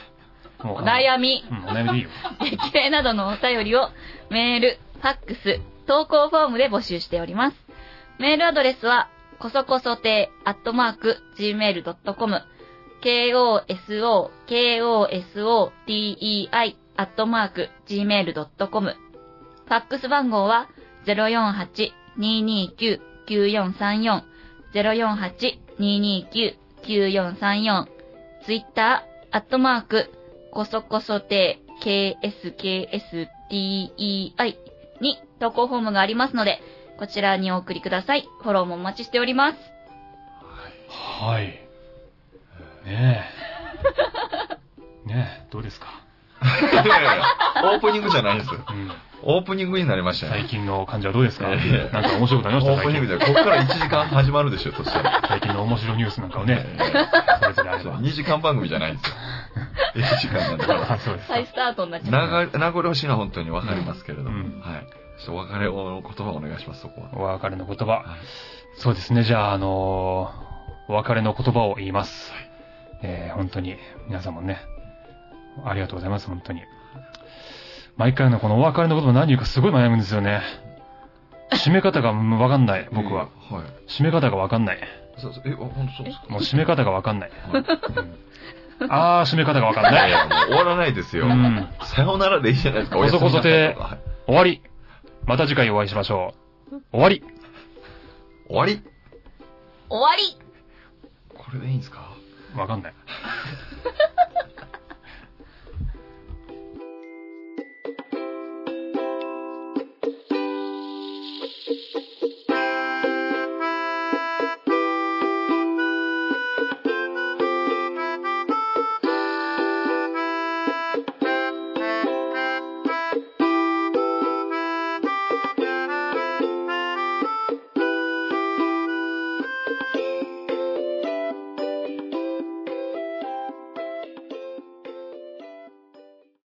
Speaker 1: もう
Speaker 3: お
Speaker 1: あの
Speaker 3: 悩み、
Speaker 1: うん、お悩みでいいよ。
Speaker 3: 激 [laughs] 励などのお便りをメール、ファックス、投稿フォームで募集しております。メールアドレスは、こそこそてアットマーク、gmail.com、koso, koso, tei, アットマーク、gmail.com。ファックス番号は、048-229-9434、048-229-9434。ツイッター、アットマーク、こそこそて KSKSTEI に投稿フォームがありますので、こちらにお送りください。フォローもお待ちしております。
Speaker 1: はい。ねえ。ねえ、どうですか
Speaker 2: いやいやいやオープニングじゃないです。
Speaker 1: うん
Speaker 2: オープニングになりました
Speaker 1: 最
Speaker 2: ね。
Speaker 1: 近の感じはどうですか
Speaker 2: いやいや
Speaker 1: なんか面白いことありました
Speaker 2: オープ
Speaker 1: 最
Speaker 2: ニング
Speaker 1: 近
Speaker 2: で、こっから1時間始まるでしょ、そしたら。
Speaker 1: 最近の面白いニュースなんかをね、 [laughs] それぞれあれば。
Speaker 2: 2時間番組じゃないんですよ。1時間なんだから。
Speaker 1: [laughs] あそうです
Speaker 3: 再スタートになっちゃった。
Speaker 2: 流れ名残惜しいのは本当にわかりますけれども、
Speaker 1: うん
Speaker 2: はい。ちょっとお別れを、言葉をお願いします、そこは。
Speaker 1: お別れの言葉。そうですね。じゃあ、あのーお別れの言葉を言います。えー本当に、皆さんもね、ありがとうございます、本当に。毎回のこのお別れの言葉何言うかすごい悩むんですよね。締め方がうんわかんない、僕は。
Speaker 2: えー。はい。
Speaker 1: 締め方がわかんない。
Speaker 2: そうそうえ、あ本当そうですか
Speaker 1: もう締め方がわか [laughs] んない。
Speaker 2: はい
Speaker 1: うんあー、締め方がわかん
Speaker 2: いや
Speaker 1: ないい。
Speaker 2: や、もう終わらないです
Speaker 1: う
Speaker 2: よ。
Speaker 1: ん。
Speaker 2: さようならでいいじゃないですか。
Speaker 1: こそこそで
Speaker 2: おやすみなさいとか
Speaker 1: 終わり。また次回お会いしましょう。終わり。
Speaker 2: 終わり
Speaker 3: 終わり
Speaker 2: これでいいんですか
Speaker 1: わかんない。